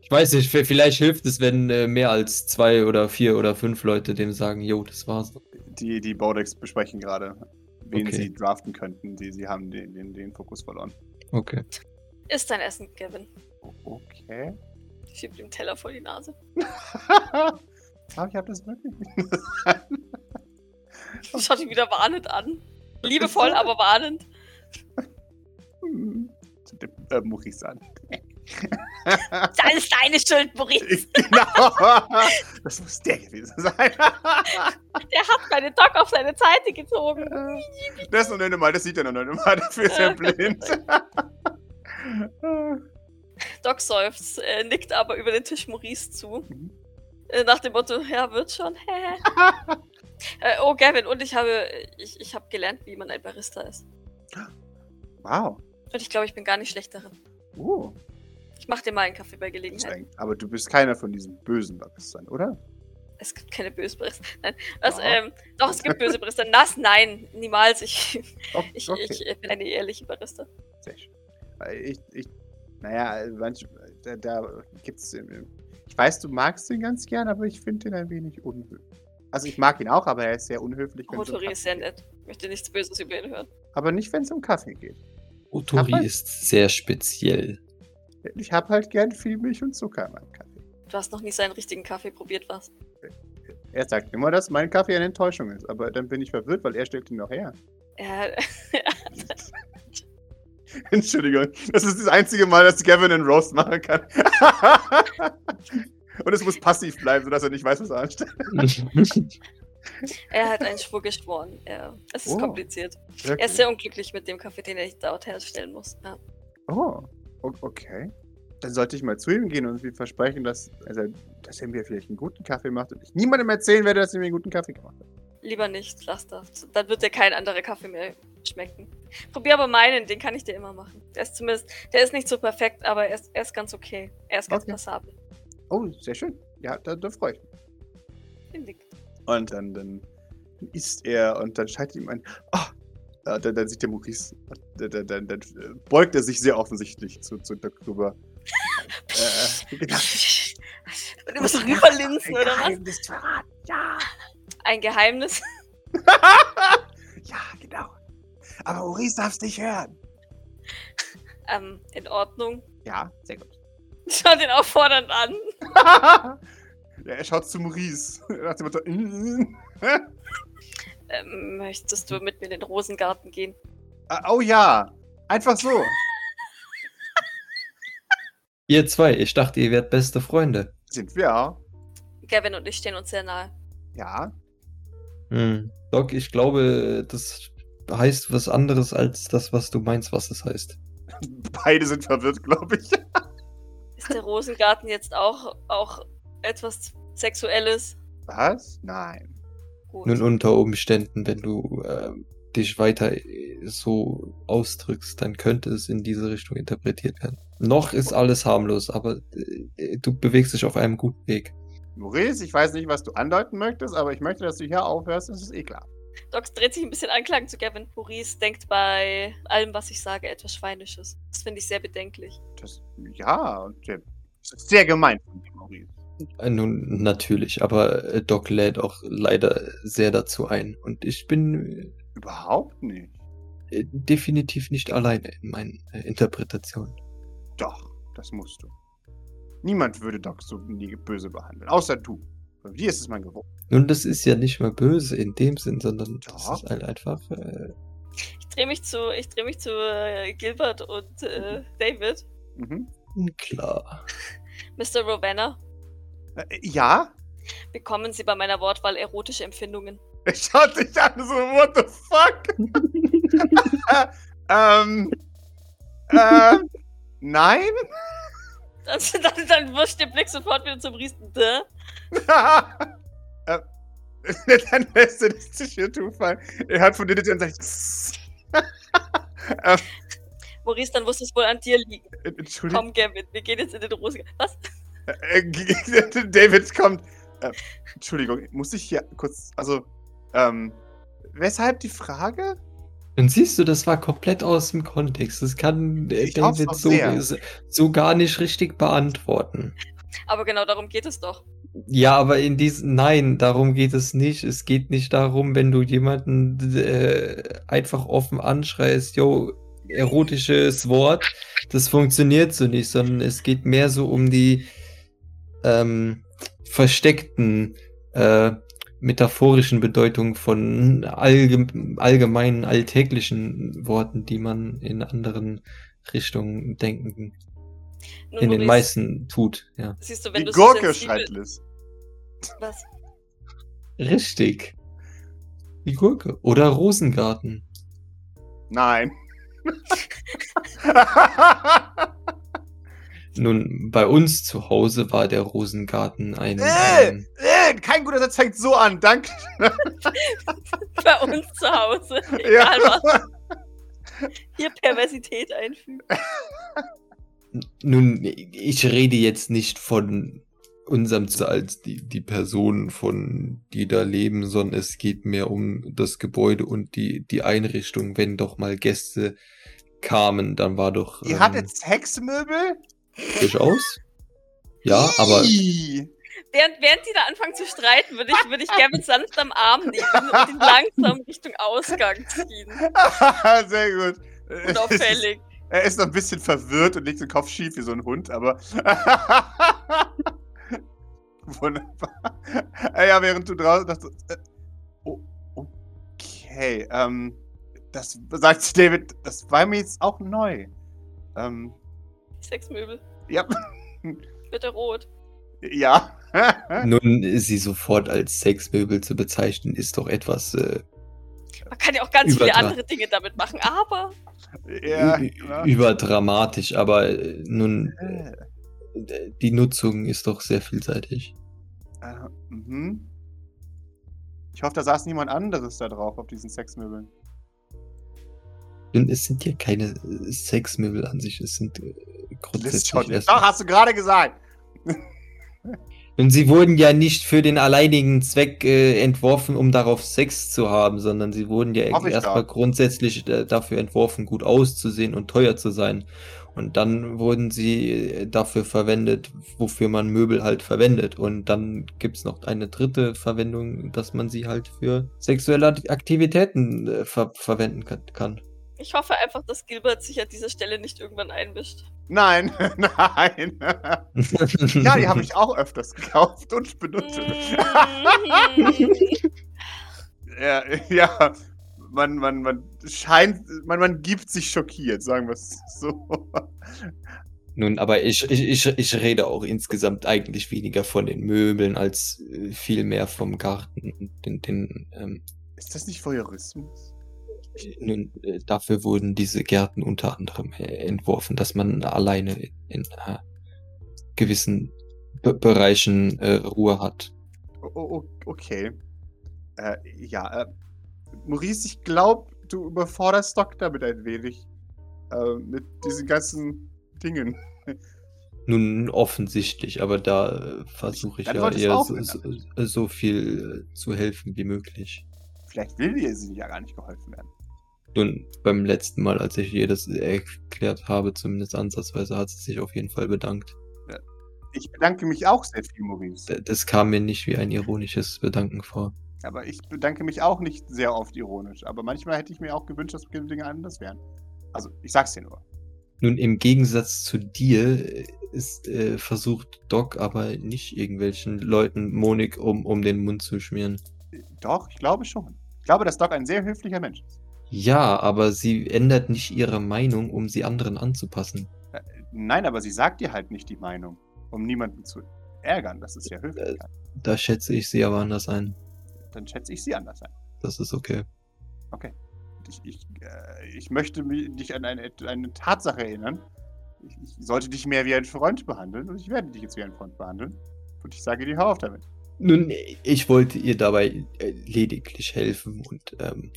Speaker 4: Ich weiß nicht, v- vielleicht hilft es, wenn äh, mehr als zwei oder vier oder fünf Leute dem sagen, jo, das war's.
Speaker 1: Die, die Bodex besprechen gerade, wen
Speaker 4: Okay.
Speaker 1: sie draften könnten. Die, sie haben den, den, den Fokus verloren.
Speaker 4: Okay.
Speaker 3: Ist dein Essen, Gavin.
Speaker 1: O- Okay.
Speaker 3: Ich schieb ihm Teller vor die Nase.
Speaker 1: aber ich habe das wirklich nicht.
Speaker 3: Schaut ihn wieder warnend an. Liebevoll, aber warnend.
Speaker 1: Hm. Zu dem, äh, Maurice an.
Speaker 3: Das ist deine Schuld, Maurice.
Speaker 1: genau. Das muss der gewesen sein.
Speaker 3: Der hat meine Doc auf seine Seite gezogen.
Speaker 1: Das ist noch nicht mal, das sieht er noch nicht mal. Dafür ist er blind.
Speaker 3: Doc seufzt, äh, nickt aber über den Tisch Maurice zu.
Speaker 1: Mhm.
Speaker 3: Äh, nach dem Motto, ja, wird schon. hä? äh, oh, Gavin, und ich habe, ich, ich habe gelernt, wie man ein Barista ist.
Speaker 1: wow.
Speaker 3: Und ich glaube, ich bin gar nicht schlecht darin.
Speaker 1: Oh,
Speaker 3: Ich mach dir mal einen Kaffee bei
Speaker 1: das ist
Speaker 3: Gelegenheit.
Speaker 1: eng. Aber du bist keiner von diesen bösen Baristern, oder?
Speaker 3: Es gibt keine böse Brüste. Nein. Was,
Speaker 1: Ja.
Speaker 3: ähm, doch, es gibt böse Brüste. Nass, nein, niemals. Ich,
Speaker 1: Ok-
Speaker 3: ich,
Speaker 1: okay,
Speaker 3: ich äh, bin eine ehrliche Barista.
Speaker 1: sehr schön. Weil Ich, ich, naja, manch, da, da gibt's. ähm, Ich weiß, du magst ihn ganz gern, aber ich finde ihn ein wenig unhöflich. Also ich mag ihn auch, aber er ist sehr unhöflich. wenn's um
Speaker 3: Rotori ist sehr
Speaker 1: Kaffee
Speaker 3: nett. Möchte nichts Böses über ihn hören.
Speaker 1: geht. Aber nicht, wenn es um Kaffee geht. Aber-
Speaker 4: Otori ist sehr speziell.
Speaker 1: Ich habe halt gern viel Milch und Zucker in meinem Kaffee.
Speaker 3: Du hast noch nie seinen richtigen Kaffee probiert, was?
Speaker 1: Er sagt immer, dass mein Kaffee eine Enttäuschung ist, aber dann bin ich verwirrt, weil er stellt ihn noch her.
Speaker 3: Äh,
Speaker 1: Entschuldigung, das ist das einzige Mal, dass Gavin einen Roast machen kann. Und es muss passiv bleiben, sodass er nicht weiß, was er anstellt.
Speaker 3: er hat einen Schwur geschworen. Ja, es ist
Speaker 1: Oh.
Speaker 3: kompliziert. Er ist sehr unglücklich mit dem Kaffee, den er nicht dauernd herstellen muss. Ja.
Speaker 1: Oh, o- okay. Dann sollte ich mal zu ihm gehen und ihm versprechen, dass, also, dass er mir vielleicht einen guten Kaffee macht und ich niemandem erzählen werde, dass er mir einen guten Kaffee gemacht hat.
Speaker 3: Lieber nicht, lass das. Dann wird dir kein anderer Kaffee mehr schmecken. Probier aber meinen, den kann ich dir immer machen. Der ist zumindest, der ist nicht so perfekt, aber er ist, er ist ganz okay. Er ist ganz
Speaker 1: Okay.
Speaker 3: passabel.
Speaker 1: Oh, sehr schön. Ja, da, da freue ich mich.
Speaker 3: Finde ich.
Speaker 1: Und dann, dann isst er und dann schaltet ihm ein. Ah, Äh, dann, dann sieht der Maurice, und dann, dann, dann, dann äh, beugt er sich sehr offensichtlich zu, zu Doc rüber. äh, genau.
Speaker 3: Und du musst rüberlinsen,
Speaker 1: Ein
Speaker 3: oder was?
Speaker 1: Geheimnis verraten. Ja,
Speaker 3: Ein Geheimnis.
Speaker 1: ja, genau. Aber Maurice darf es nicht hören.
Speaker 3: Ähm, in Ordnung.
Speaker 1: Ja, sehr gut.
Speaker 3: Schaut ihn auch fordernd an.
Speaker 1: ja, er schaut zu Maurice. Nach dem Motto, "Mm, mm."
Speaker 3: Ähm, möchtest du mit mir in den Rosengarten gehen?
Speaker 1: Ah, oh ja, einfach so.
Speaker 4: ihr zwei, ich dachte, ihr wärt beste Freunde.
Speaker 1: Sind wir auch.
Speaker 3: Gavin und ich stehen uns sehr nahe.
Speaker 1: Ja.
Speaker 4: Hm. Doc, ich glaube, das heißt was anderes als das, was du meinst, was es heißt.
Speaker 1: Beide sind verwirrt, glaube ich.
Speaker 3: Ist der Rosengarten jetzt auch, auch etwas Sexuelles?
Speaker 1: Was? Nein.
Speaker 3: Gut.
Speaker 4: Nun unter Umständen, wenn du ähm, dich weiter äh, so ausdrückst, dann könnte es in diese Richtung interpretiert werden. Noch ist alles harmlos, aber äh, du bewegst dich auf einem guten Weg.
Speaker 1: Maurice, ich weiß nicht, was du andeuten möchtest, aber ich möchte, dass du hier aufhörst, das ist eh klar.
Speaker 3: Doc dreht sich ein bisschen anklagen zu Gavin. Maurice denkt bei allem, was ich sage, etwas Schweinisches. Das finde ich sehr bedenklich.
Speaker 1: Das, ja, und der- das ist sehr gemein von dir, Maurice.
Speaker 4: Äh, Nun, natürlich, aber äh, Doc lädt auch leider sehr dazu ein. Und ich bin
Speaker 1: Überhaupt nicht.
Speaker 4: äh, definitiv nicht alleine in meinen äh, Interpretationen.
Speaker 1: Doch, das musst du. Niemand würde Doc so nie böse behandeln, außer du. Bei dir ist es mein Gewohnt.
Speaker 4: Nun, das ist ja nicht mal böse in dem Sinn, sondern das
Speaker 1: Ja.
Speaker 4: ist halt einfach. Äh,
Speaker 3: Ich drehe mich zu, ich drehe mich zu äh, Gilbert und äh, David.
Speaker 1: Mhm.
Speaker 4: klar.
Speaker 3: Mr. Ravenna,
Speaker 1: Äh, ja?
Speaker 3: bekommen Sie bei meiner Wortwahl erotische Empfindungen?
Speaker 1: Ich schau dich an, so, what the fuck? ähm, äh, nein?
Speaker 3: Dann, dann, dann wirft der Blick sofort wieder zum Riesen. Dä?
Speaker 1: äh, dann lässt du das Tischtuch fallen. Er hat von dir die und sagt, "Tss."
Speaker 3: Maurice, dann muss es wohl an dir liegen.
Speaker 1: Äh,
Speaker 4: Hm.
Speaker 1: Entschuldigung.
Speaker 3: Komm, Gavin, wir gehen jetzt in den Rosengarten. Was?
Speaker 1: Äh, g- David kommt. Äh, Entschuldigung, muss ich hier kurz. Also, ähm, weshalb die Frage?
Speaker 4: Und siehst du, das war komplett aus dem Kontext. Das kann äh,
Speaker 1: Ich hoff's
Speaker 4: David
Speaker 1: auch
Speaker 4: so,
Speaker 1: sehr.
Speaker 4: so gar nicht richtig beantworten.
Speaker 3: Aber genau darum geht es doch.
Speaker 4: Ja, aber in diesem, nein, darum geht es nicht. Es geht nicht darum, wenn du jemanden äh, einfach offen anschreist, yo, erotisches Wort, das funktioniert so nicht, sondern es geht mehr so um die ähm, versteckten äh, metaphorischen Bedeutungen von allgem allgemeinen alltäglichen Worten, die man in anderen Richtungen denken,
Speaker 3: Nun,
Speaker 4: in den
Speaker 3: Maurice,
Speaker 4: meisten tut, ja.
Speaker 3: Siehst du,
Speaker 1: Die
Speaker 3: wenn du
Speaker 1: Gurke
Speaker 3: so
Speaker 1: schreit
Speaker 3: sensibel,
Speaker 1: Liz.
Speaker 3: Was?
Speaker 4: Richtig. Die Gurke. Oder Rosengarten.
Speaker 1: Nein.
Speaker 4: Nun, bei uns zu Hause war der Rosengarten ein.
Speaker 1: Äh!
Speaker 4: ein
Speaker 1: Äh, Kein guter Satz fängt so an, danke.
Speaker 3: Bei uns zu Hause. Egal was. Hier Perversität einfügen.
Speaker 4: nun, ich rede jetzt nicht von unserem Zuhause als die, die Personen von, die da leben, sondern es geht mehr um das Gebäude und die, die Einrichtung. Wenn doch mal Gäste kamen, dann war doch. ähm,
Speaker 1: Ihr hattet Sexmöbel?
Speaker 4: durchaus. Ja, aber
Speaker 1: Ih.
Speaker 3: Während, während die da anfangen zu streiten, würde ich, würde ich Gavin sanft am Arm nehmen und ihn langsam Richtung Ausgang ziehen.
Speaker 1: Sehr gut.
Speaker 3: Unauffällig.
Speaker 1: Er ist noch ein bisschen verwirrt und legt den Kopf schief wie so ein Hund, aber. Wunderbar. Äh, Ja, während du draußen dachtest. Äh, oh, okay, ähm. Das sagt David, das war mir jetzt auch neu. Ähm,
Speaker 3: Sexmöbel.
Speaker 1: ja.
Speaker 3: Wird er rot.
Speaker 1: ja.
Speaker 4: nun, sie sofort als Sexmöbel zu bezeichnen, ist doch etwas. Äh,
Speaker 3: Man kann ja auch ganz viele
Speaker 4: Übertrag.
Speaker 3: andere Dinge damit machen, aber
Speaker 1: ja,
Speaker 4: ü-
Speaker 1: genau.
Speaker 4: überdramatisch, aber äh, nun,
Speaker 1: Äh,
Speaker 4: äh, die Nutzung ist doch sehr vielseitig.
Speaker 1: äh, mhm. Ich hoffe, da saß niemand anderes da drauf auf diesen Sexmöbeln.
Speaker 4: Denn es sind ja keine äh, Sexmöbel an sich, es sind äh,
Speaker 1: Liz
Speaker 4: grundsätzlich.
Speaker 1: schaut jetzt. Doch,
Speaker 4: erstmal-
Speaker 1: hast du gerade gesagt.
Speaker 4: Und sie wurden ja nicht für den alleinigen Zweck äh, entworfen, um darauf Sex zu haben, sondern sie wurden ja
Speaker 1: Hoffe ich
Speaker 4: erstmal
Speaker 1: doch.
Speaker 4: grundsätzlich äh, dafür entworfen, gut auszusehen und teuer zu sein. Und dann wurden sie äh, dafür verwendet, wofür man Möbel halt verwendet. Und dann gibt's noch eine dritte Verwendung, dass man sie halt für sexuelle Ak- Aktivitäten äh, ver verwenden kann- kann.
Speaker 3: ich hoffe einfach, dass Gilbert sich an dieser Stelle nicht irgendwann einmischt.
Speaker 1: Nein, nein. Ja, die habe ich auch öfters gekauft und benutzt.
Speaker 3: Mhm.
Speaker 1: ja, ja. Man, man, man scheint, man, man gibt sich schockiert, sagen wir es so.
Speaker 4: Nun, aber ich, ich, ich, ich rede auch insgesamt eigentlich weniger von den Möbeln als äh, viel mehr vom Garten. und Den, den, ähm,
Speaker 1: Ist das nicht Voyeurismus?
Speaker 4: nun, äh, dafür wurden diese Gärten unter anderem äh, entworfen, dass man alleine in, in äh, gewissen Be Bereichen äh, Ruhe hat.
Speaker 1: O- o- o- okay. Äh, ja, äh, Maurice, ich glaube, du überforderst Doc damit ein wenig. Äh, mit diesen ganzen Dingen.
Speaker 4: Nun offensichtlich, aber da äh, versuche ich
Speaker 1: Dann
Speaker 4: ja
Speaker 1: solltest du
Speaker 4: eher
Speaker 1: auch
Speaker 4: so,
Speaker 1: mit-
Speaker 4: so, so viel äh, zu helfen wie möglich.
Speaker 1: Vielleicht will dir sie ja gar nicht geholfen werden.
Speaker 4: Nun, beim letzten Mal, als ich ihr das erklärt habe, zumindest ansatzweise, hat sie sich auf jeden Fall bedankt.
Speaker 1: Ich bedanke mich auch sehr viel, Maurice.
Speaker 4: D- Das kam mir nicht wie ein ironisches Bedanken vor.
Speaker 1: Aber ich bedanke mich auch nicht sehr oft ironisch. Aber manchmal hätte ich mir auch gewünscht, dass bestimmte Dinge anders wären. Also, ich sag's dir nur.
Speaker 4: Nun, im Gegensatz zu dir äh, ist äh, versucht Doc aber nicht irgendwelchen Leuten Monik um, um den Mund zu schmieren.
Speaker 1: Äh, Doch, ich glaube schon. Ich glaube, dass Doc ein sehr höflicher Mensch ist.
Speaker 4: Ja, aber sie ändert nicht ihre Meinung, um sie anderen anzupassen.
Speaker 1: Nein, aber sie sagt dir halt nicht die Meinung, um niemanden zu ärgern. Das ist ja Höflichkeit.
Speaker 4: Da schätze ich sie aber anders ein.
Speaker 1: Dann schätze ich sie anders ein.
Speaker 4: Das ist okay.
Speaker 1: Ich, ich, äh, ich möchte mi- dich an eine, eine Tatsache erinnern. Ich, ich sollte dich mehr wie ein Freund behandeln und ich werde dich jetzt wie ein Freund behandeln. Und ich sage dir, hör auf damit.
Speaker 4: Nun, ich wollte ihr dabei äh, lediglich helfen und ähm,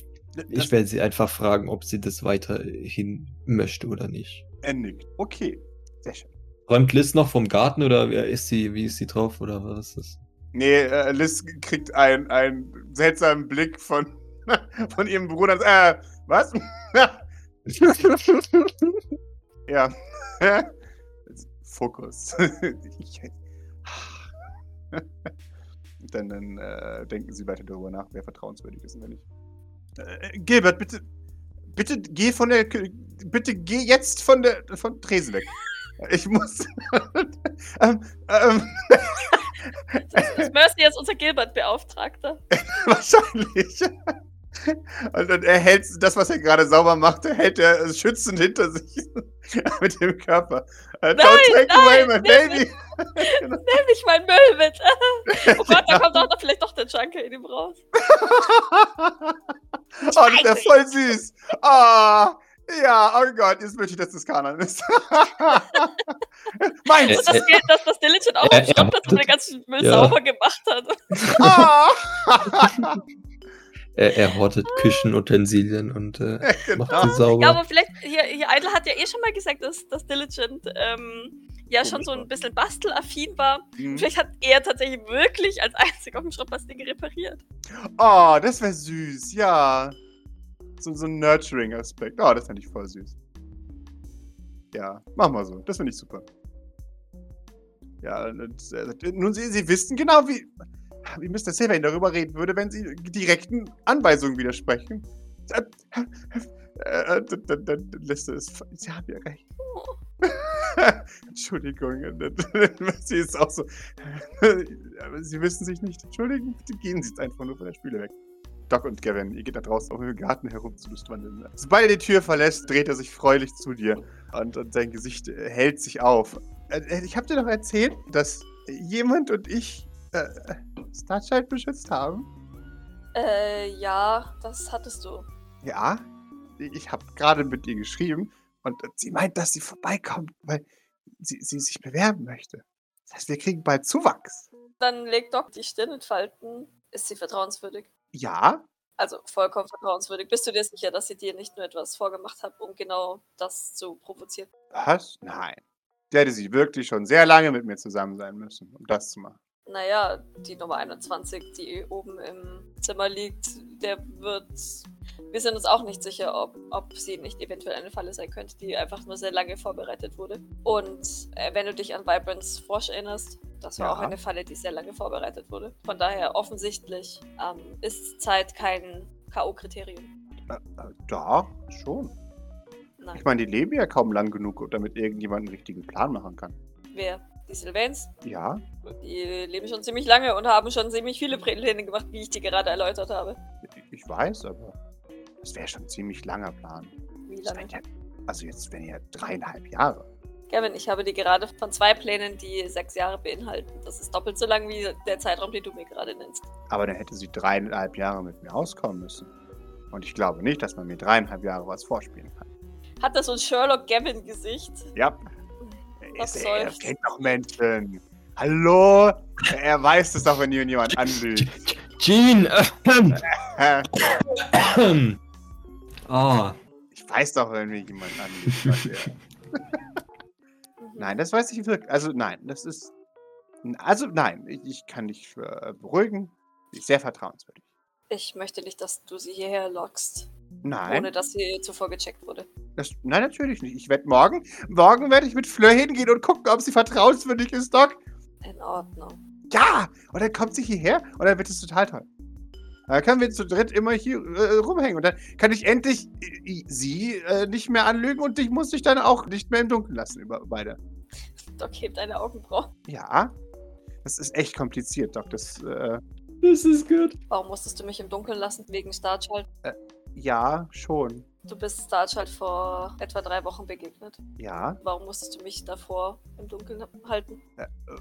Speaker 4: Ich
Speaker 1: Das-
Speaker 4: werde sie einfach fragen, ob sie das weiterhin möchte oder nicht.
Speaker 1: Er nickt. Okay, sehr schön.
Speaker 4: Räumt Liz noch vom Garten oder wer ist sie, wie ist sie drauf oder was ist das?
Speaker 1: Nee, äh, Liz kriegt ein- einen seltsamen Blick von, von ihrem Bruder. Äh, was? ja. Fokus. Ich- Und dann dann äh, denken sie weiter darüber nach, wer vertrauenswürdig ist und wer nicht. Äh, Gilbert, bitte. Bitte geh von der. Kü- Bitte geh jetzt von der. von Tresen weg. Ich muss. ähm, ähm,
Speaker 3: Das ist Mercy als unser Gilbert-Beauftragter.
Speaker 1: Wahrscheinlich. Und dann er hält das, was er gerade sauber machte, hält er schützend hinter sich mit dem Körper. Äh,
Speaker 3: Nein,
Speaker 1: Don't take away my
Speaker 3: nein,
Speaker 1: baby.
Speaker 3: Nimm nicht mein Müll mit. Oh Gott, da kommt auch noch vielleicht doch der Junkie in ihm raus.
Speaker 1: oh, das ist ja voll süß. Ah, ja, oh Gott, jetzt möchte ich, dass das Kanan ist. Meins.
Speaker 3: Und das Geld, Also, dass das Diligent auch
Speaker 4: Ja,
Speaker 3: ja, schafft, dass er den ganzen Müll
Speaker 4: Ja.
Speaker 3: sauber gemacht hat.
Speaker 1: Ah.
Speaker 4: Er, er hortet Küchenutensilien und äh, macht sie
Speaker 1: genau.
Speaker 4: sauber.
Speaker 3: Ja, aber vielleicht, hier, hier Idle hat ja eh schon mal gesagt, dass, dass Diligent ähm, ja schon so ein bisschen bastelaffin war.
Speaker 1: Mhm.
Speaker 3: Vielleicht hat er tatsächlich wirklich als einziger auf dem Schrottplatz Dinge repariert.
Speaker 1: Oh, das wäre süß, ja. So, so ein Nurturing-Aspekt. Oh, das fände ich voll süß. Ja, mach mal so. Das finde ich super. Ja, und, äh, nun, sie, sie wissen genau, wie, wie Mr. Sylvain darüber reden würde, wenn sie direkten Anweisungen widersprechen. Äh, äh, äh, Dann dann- dann lässt er es. fa- Sie haben ja recht.
Speaker 3: Oh.
Speaker 1: Entschuldigung. äh, sie ist auch so. Aber Sie müssen sich nicht entschuldigen. Bitte gehen Sie jetzt einfach nur von der Spüle weg. Doc und Gavin, ihr geht da draußen auf dem Garten herum zu Lustwandeln. Sobald er die Tür verlässt, dreht er sich freudig zu dir und, und sein Gesicht äh, hält sich auf. Äh, äh, Ich habe dir doch erzählt, dass jemand und ich äh, Starchild beschützt haben.
Speaker 3: Äh, ja, das hattest du.
Speaker 1: Ja, ich habe gerade mit ihr geschrieben und äh, sie meint, dass sie vorbeikommt, weil sie, sie sich bewerben möchte. Das heißt, wir kriegen bald Zuwachs.
Speaker 3: Dann legt Doc die Stirn in Falten. Ist sie vertrauenswürdig?
Speaker 1: Ja,
Speaker 3: Also vollkommen vertrauenswürdig. Bist du dir sicher, dass sie dir nicht nur etwas vorgemacht hat, um genau das zu provozieren?
Speaker 1: Was? Nein. Der hätte sich wirklich schon sehr lange mit mir zusammen sein müssen, um das zu machen.
Speaker 3: Naja, die Nummer 21, die oben im Zimmer liegt, der wird. Wir sind uns auch nicht sicher, ob, ob sie nicht eventuell eine Falle sein könnte, die einfach nur sehr lange vorbereitet wurde. Und äh, wenn du dich an Vibrance Frosch erinnerst, das war
Speaker 1: Ja.
Speaker 3: auch eine Falle, die sehr lange vorbereitet wurde. Von daher offensichtlich ähm, ist Zeit kein K.O.-Kriterium.
Speaker 1: Äh, äh, Doch, schon.
Speaker 3: Nein.
Speaker 1: Ich meine, die leben ja kaum lang genug, um damit irgendjemand einen richtigen Plan machen kann.
Speaker 3: Wer? Die Sylvains?
Speaker 1: Ja,
Speaker 3: Die leben schon ziemlich lange und haben schon ziemlich viele Pläne gemacht, wie ich dir gerade erläutert habe.
Speaker 1: ich weiß, aber es wäre schon ein ziemlich langer Plan.
Speaker 3: Wie
Speaker 1: Das
Speaker 3: lange?
Speaker 1: wären ja, also jetzt wären ja dreieinhalb Jahre.
Speaker 3: Gavin, ich habe dir gerade von zwei Plänen, die sechs Jahre beinhalten. Das ist doppelt so lang wie der Zeitraum, den du mir gerade nennst.
Speaker 1: Aber dann hätte sie dreieinhalb Jahre mit mir auskommen müssen. Und ich glaube nicht, dass man mir dreieinhalb Jahre was vorspielen kann.
Speaker 3: Hat das so ein Sherlock-Gavin-Gesicht?
Speaker 1: Ja.
Speaker 3: Was
Speaker 1: Er- er
Speaker 3: soll's?
Speaker 1: kennt doch Menschen. Hallo? Er weiß es doch, wenn ihn jemand anlügt.
Speaker 4: Jean!
Speaker 1: Hä?
Speaker 4: Ah,
Speaker 1: Ich weiß doch, wenn mir jemand anlügt. was er- Nein, das weiß ich wirklich. Also nein, das ist. Also nein, ich, ich kann dich äh, beruhigen. Sie Ist sehr vertrauenswürdig.
Speaker 3: Ich möchte nicht, dass du sie hierher lockst, ohne
Speaker 1: Nein,
Speaker 3: dass sie zuvor gecheckt wurde.
Speaker 1: das, nein, natürlich nicht. Ich werde morgen, morgen werde ich mit Fleur hingehen und gucken, ob sie vertrauenswürdig ist, Doc.
Speaker 3: In Ordnung.
Speaker 1: Ja! Und dann kommt sie hierher und dann wird es total toll. Dann können wir zu dritt immer hier äh, rumhängen und dann kann ich endlich äh, sie äh, nicht mehr anlügen und dich muss ich dann auch nicht mehr im Dunkeln lassen über beide.
Speaker 3: Doc hebt deine Augenbrauen.
Speaker 1: Ja, das ist echt kompliziert, Doc. Das, äh,
Speaker 4: das ist gut.
Speaker 3: Warum musstest du mich im Dunkeln lassen wegen Starchild?
Speaker 1: ja, schon.
Speaker 3: Du bist Starchild vor etwa drei Wochen begegnet.
Speaker 1: Ja,
Speaker 3: Warum musstest du mich davor im Dunkeln halten?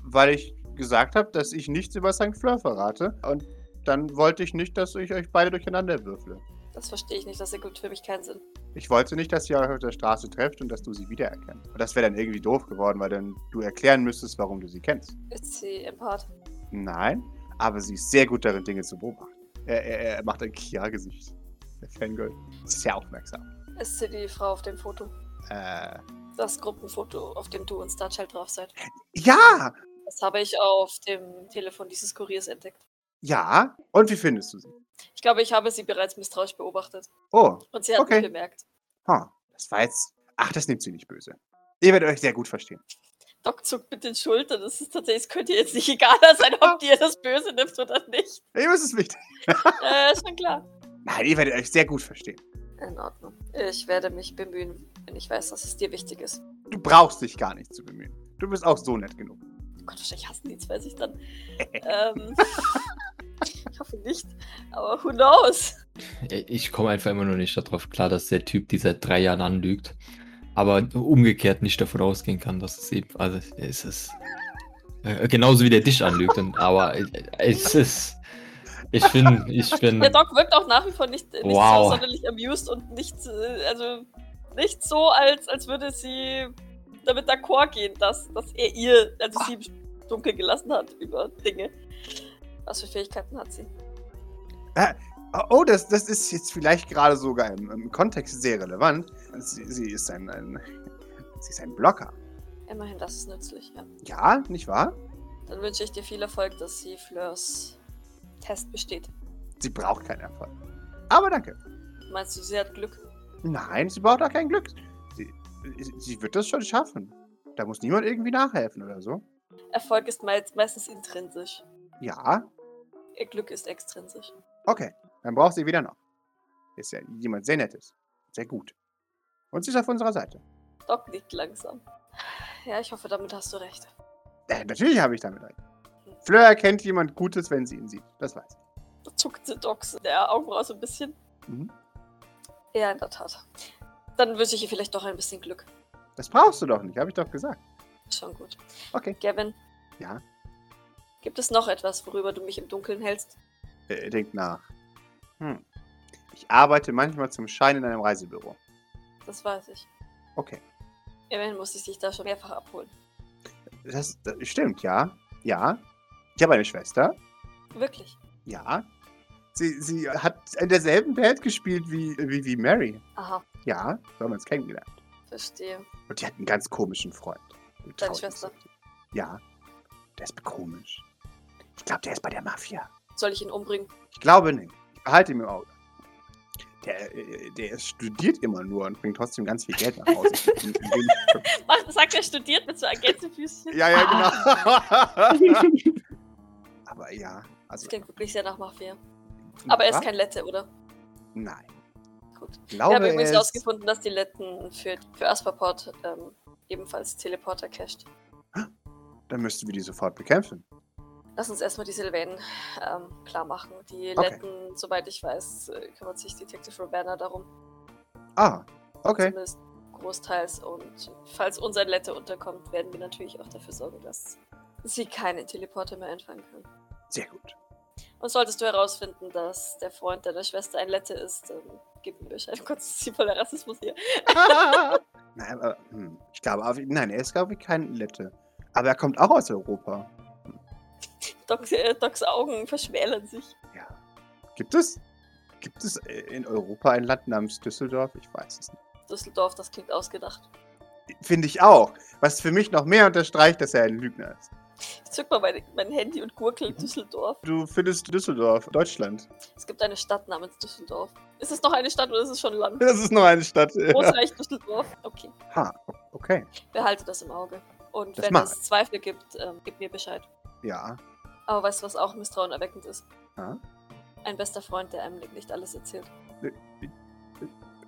Speaker 1: weil ich gesagt habe, dass ich nichts über St. Fleur verrate und dann wollte ich nicht, dass ich euch beide durcheinander würfle.
Speaker 3: Das verstehe ich nicht, das ergibt für mich keinen Sinn.
Speaker 1: Ich wollte nicht, dass ihr euch auf der Straße trefft und dass du sie wiedererkennst. Und das wäre dann irgendwie doof geworden, weil dann du erklären müsstest, warum du sie kennst.
Speaker 3: Ist sie empath?
Speaker 1: Nein, aber sie ist sehr gut darin, Dinge zu beobachten. Er, er, er macht ein Kia-Gesicht. Der Fangirl. Sie ist sehr aufmerksam.
Speaker 3: Ist sie die Frau auf dem Foto?
Speaker 1: Äh,
Speaker 3: Das Gruppenfoto, auf dem du und Starchild drauf seid.
Speaker 1: ja!
Speaker 3: Das habe ich auf dem Telefon dieses Kuriers entdeckt.
Speaker 1: Ja? Und wie findest du sie?
Speaker 3: Ich glaube, ich habe sie bereits misstrauisch beobachtet.
Speaker 1: Oh,
Speaker 3: Und sie hat
Speaker 1: Okay.
Speaker 3: mich bemerkt.
Speaker 1: ha, das war jetzt... Ach, das nimmt sie nicht böse. Ihr werdet euch sehr gut verstehen.
Speaker 3: Doc zuckt mit den Schultern. Das ist tatsächlich, es könnte jetzt nicht egaler sein, ob dir das Böse nimmt oder nicht.
Speaker 1: Ihm ist es wichtig.
Speaker 3: Äh, schon klar.
Speaker 1: Nein, ihr werdet euch sehr gut verstehen.
Speaker 3: In Ordnung. Ich werde mich bemühen, wenn ich weiß, dass es dir wichtig ist.
Speaker 1: Du brauchst dich gar nicht zu bemühen. Du bist auch so nett genug.
Speaker 3: Oh Gott, wahrscheinlich hassen die zwei sich dann. ähm, ich hoffe nicht. Aber who knows?
Speaker 4: Ich komme einfach immer noch nicht darauf klar, dass der Typ, die seit drei Jahren anlügt, aber umgekehrt nicht davon ausgehen kann, dass es eben. Also, es ist. Äh, genauso wie der dich anlügt, und, aber äh, es ist. Ich bin. Ich bin
Speaker 3: Der Doc wirkt auch nach wie vor nicht, nicht so
Speaker 4: Wow.
Speaker 3: sonderlich amused und nicht, äh, also nicht so, als, als würde sie damit d'accord gehen, dass, dass er ihr, also sie im dunkel gelassen hat über Dinge. Was für Fähigkeiten hat sie?
Speaker 1: Oh, Oh, das, das ist jetzt vielleicht gerade sogar im, im Kontext sehr relevant. Sie, sie ist ein, ein... Sie ist ein Blocker.
Speaker 3: Immerhin, das ist nützlich, ja.
Speaker 1: Ja, nicht wahr?
Speaker 3: Dann wünsche ich dir viel Erfolg, dass sie Fleurs Test besteht.
Speaker 1: Sie braucht keinen Erfolg. Aber danke.
Speaker 3: Meinst du, sie hat Glück?
Speaker 1: Nein, sie braucht auch kein Glück. Sie, sie wird das schon schaffen. Da muss niemand irgendwie nachhelfen oder so.
Speaker 3: Erfolg ist meist, meistens intrinsisch.
Speaker 1: Ja,
Speaker 3: Ihr Glück ist extrinsisch.
Speaker 1: okay. Dann braucht sie wieder noch. Ist ja jemand sehr nettes. Sehr gut. Und sie ist auf unserer Seite.
Speaker 3: Doc liegt langsam. Ja, ich hoffe, damit hast du recht.
Speaker 1: Äh, natürlich habe ich damit recht. Fleur erkennt jemand Gutes, wenn sie ihn sieht. Das weiß ich.
Speaker 3: Da zuckte Docs der Augenbraue so ein bisschen.
Speaker 1: Mhm.
Speaker 3: Ja, in der Tat. Dann wünsche ich ihr vielleicht doch ein bisschen Glück.
Speaker 1: Das brauchst du doch nicht, habe ich doch gesagt.
Speaker 3: Schon gut.
Speaker 1: Okay.
Speaker 3: Gavin?
Speaker 1: Ja?
Speaker 3: Gibt es noch etwas, worüber du mich im Dunkeln hältst?
Speaker 1: Äh, denkt nach. Hm. Ich arbeite manchmal zum Schein in einem Reisebüro.
Speaker 3: Das weiß ich.
Speaker 1: Okay.
Speaker 3: Immerhin musste ich dich da schon mehrfach abholen.
Speaker 1: Das, das stimmt, ja. Ja. Ich habe eine Schwester.
Speaker 3: Wirklich.
Speaker 1: Ja. Sie, sie hat in derselben Band gespielt wie, wie, wie Mary.
Speaker 3: Aha,
Speaker 1: Ja, so haben wir uns kennengelernt.
Speaker 3: verstehe.
Speaker 1: Und die hat einen ganz komischen Freund. Einen traurigen
Speaker 3: Schwester.
Speaker 1: Freund. Ja. Der ist komisch. Ich glaube, der ist bei der Mafia.
Speaker 3: Soll ich ihn umbringen?
Speaker 1: Ich glaube nicht. Ich behalte ihn im Auge. Der, äh, der studiert immer nur und bringt trotzdem ganz viel Geld nach Hause.
Speaker 3: Mach, sagt er studiert mit so Ergänzefüßchen?
Speaker 1: ja, ja, genau. Aber ja. Also, hm,
Speaker 3: Das klingt wirklich sehr nach Mafia. Aber er ist
Speaker 1: was?
Speaker 3: kein Lette, oder?
Speaker 1: Nein.
Speaker 3: Gut.
Speaker 1: Ich
Speaker 3: Wir
Speaker 1: glaube,
Speaker 3: haben übrigens
Speaker 1: er ist...
Speaker 3: herausgefunden, dass die Letten für, für Asperport ähm, ebenfalls Teleporter cached.
Speaker 1: Dann müssten wir die sofort bekämpfen.
Speaker 3: Lass uns erstmal die Sylvanen ähm, klar machen. Die
Speaker 1: Okay.
Speaker 3: Letten, soweit ich weiß, äh, kümmert sich Detective Roberna darum.
Speaker 1: Ah, okay.
Speaker 3: Zumindest großteils. Und falls unser Lette unterkommt, werden wir natürlich auch dafür sorgen, dass sie keine Teleporte mehr entfangen kann.
Speaker 1: Sehr gut.
Speaker 3: Und solltest du herausfinden, dass der Freund deiner Schwester ein Lette ist, ähm, gib mir Bescheid. Gott, das ist hier voller Rassismus hier.
Speaker 1: Nein, aber, hm, ich glaube, aber- nein, er ist, glaube ich, kein Lette. Aber er kommt auch aus Europa.
Speaker 3: Docs, äh, Docs Augen verschmälern sich.
Speaker 1: Ja. Gibt es? Gibt es äh, in Europa ein Land namens Düsseldorf? Ich weiß es nicht.
Speaker 3: Düsseldorf, das klingt ausgedacht.
Speaker 1: Finde ich auch. Was für mich noch mehr unterstreicht, dass er ein Lügner ist.
Speaker 3: Ich zück mal meine, mein Handy und gurgel
Speaker 1: Mhm.
Speaker 3: Düsseldorf.
Speaker 1: Du findest Düsseldorf, Deutschland.
Speaker 3: Es gibt eine Stadt namens Düsseldorf. Ist es noch eine Stadt oder ist es schon ein Land?
Speaker 1: Das ist nur eine Stadt. Ja.
Speaker 3: Großreich Düsseldorf. Okay,
Speaker 1: Ha, o- okay.
Speaker 3: behalte das im Auge. Und
Speaker 1: Das
Speaker 3: wenn
Speaker 1: mach
Speaker 3: es Zweifel gibt, ähm, gib mir Bescheid.
Speaker 1: Ja.
Speaker 3: Aber weißt du, was auch misstrauenerweckend ist?
Speaker 1: Ja?
Speaker 3: Ein bester Freund, der einem nicht alles erzählt.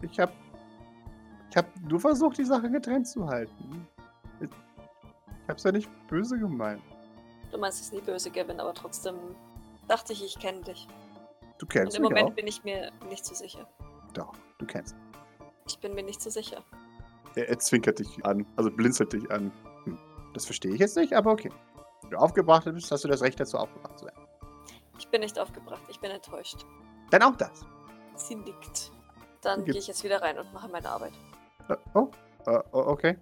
Speaker 1: Ich hab. Ich hab nur versucht, die Sache getrennt zu halten. Ich ich hab's ja nicht böse gemeint.
Speaker 3: Du meinst es nie böse, Gavin, aber trotzdem dachte ich, ich kenne dich.
Speaker 1: Du
Speaker 3: Und
Speaker 1: kennst
Speaker 3: im
Speaker 1: mich
Speaker 3: Moment
Speaker 1: auch.
Speaker 3: bin ich mir nicht so sicher.
Speaker 1: Doch, du kennst.
Speaker 3: Ich bin mir nicht so sicher.
Speaker 1: Er, er zwinkert dich an, also blinzelt dich an. Hm. Das verstehe ich jetzt nicht, aber okay. Wenn du aufgebracht bist, hast du das Recht dazu, aufgebracht zu werden.
Speaker 3: Ich bin nicht aufgebracht, ich bin enttäuscht.
Speaker 1: Dann auch das.
Speaker 3: Sie nickt. Dann
Speaker 1: Okay.
Speaker 3: gehe ich jetzt wieder rein und mache meine Arbeit.
Speaker 1: Äh, Oh, äh, oh, okay.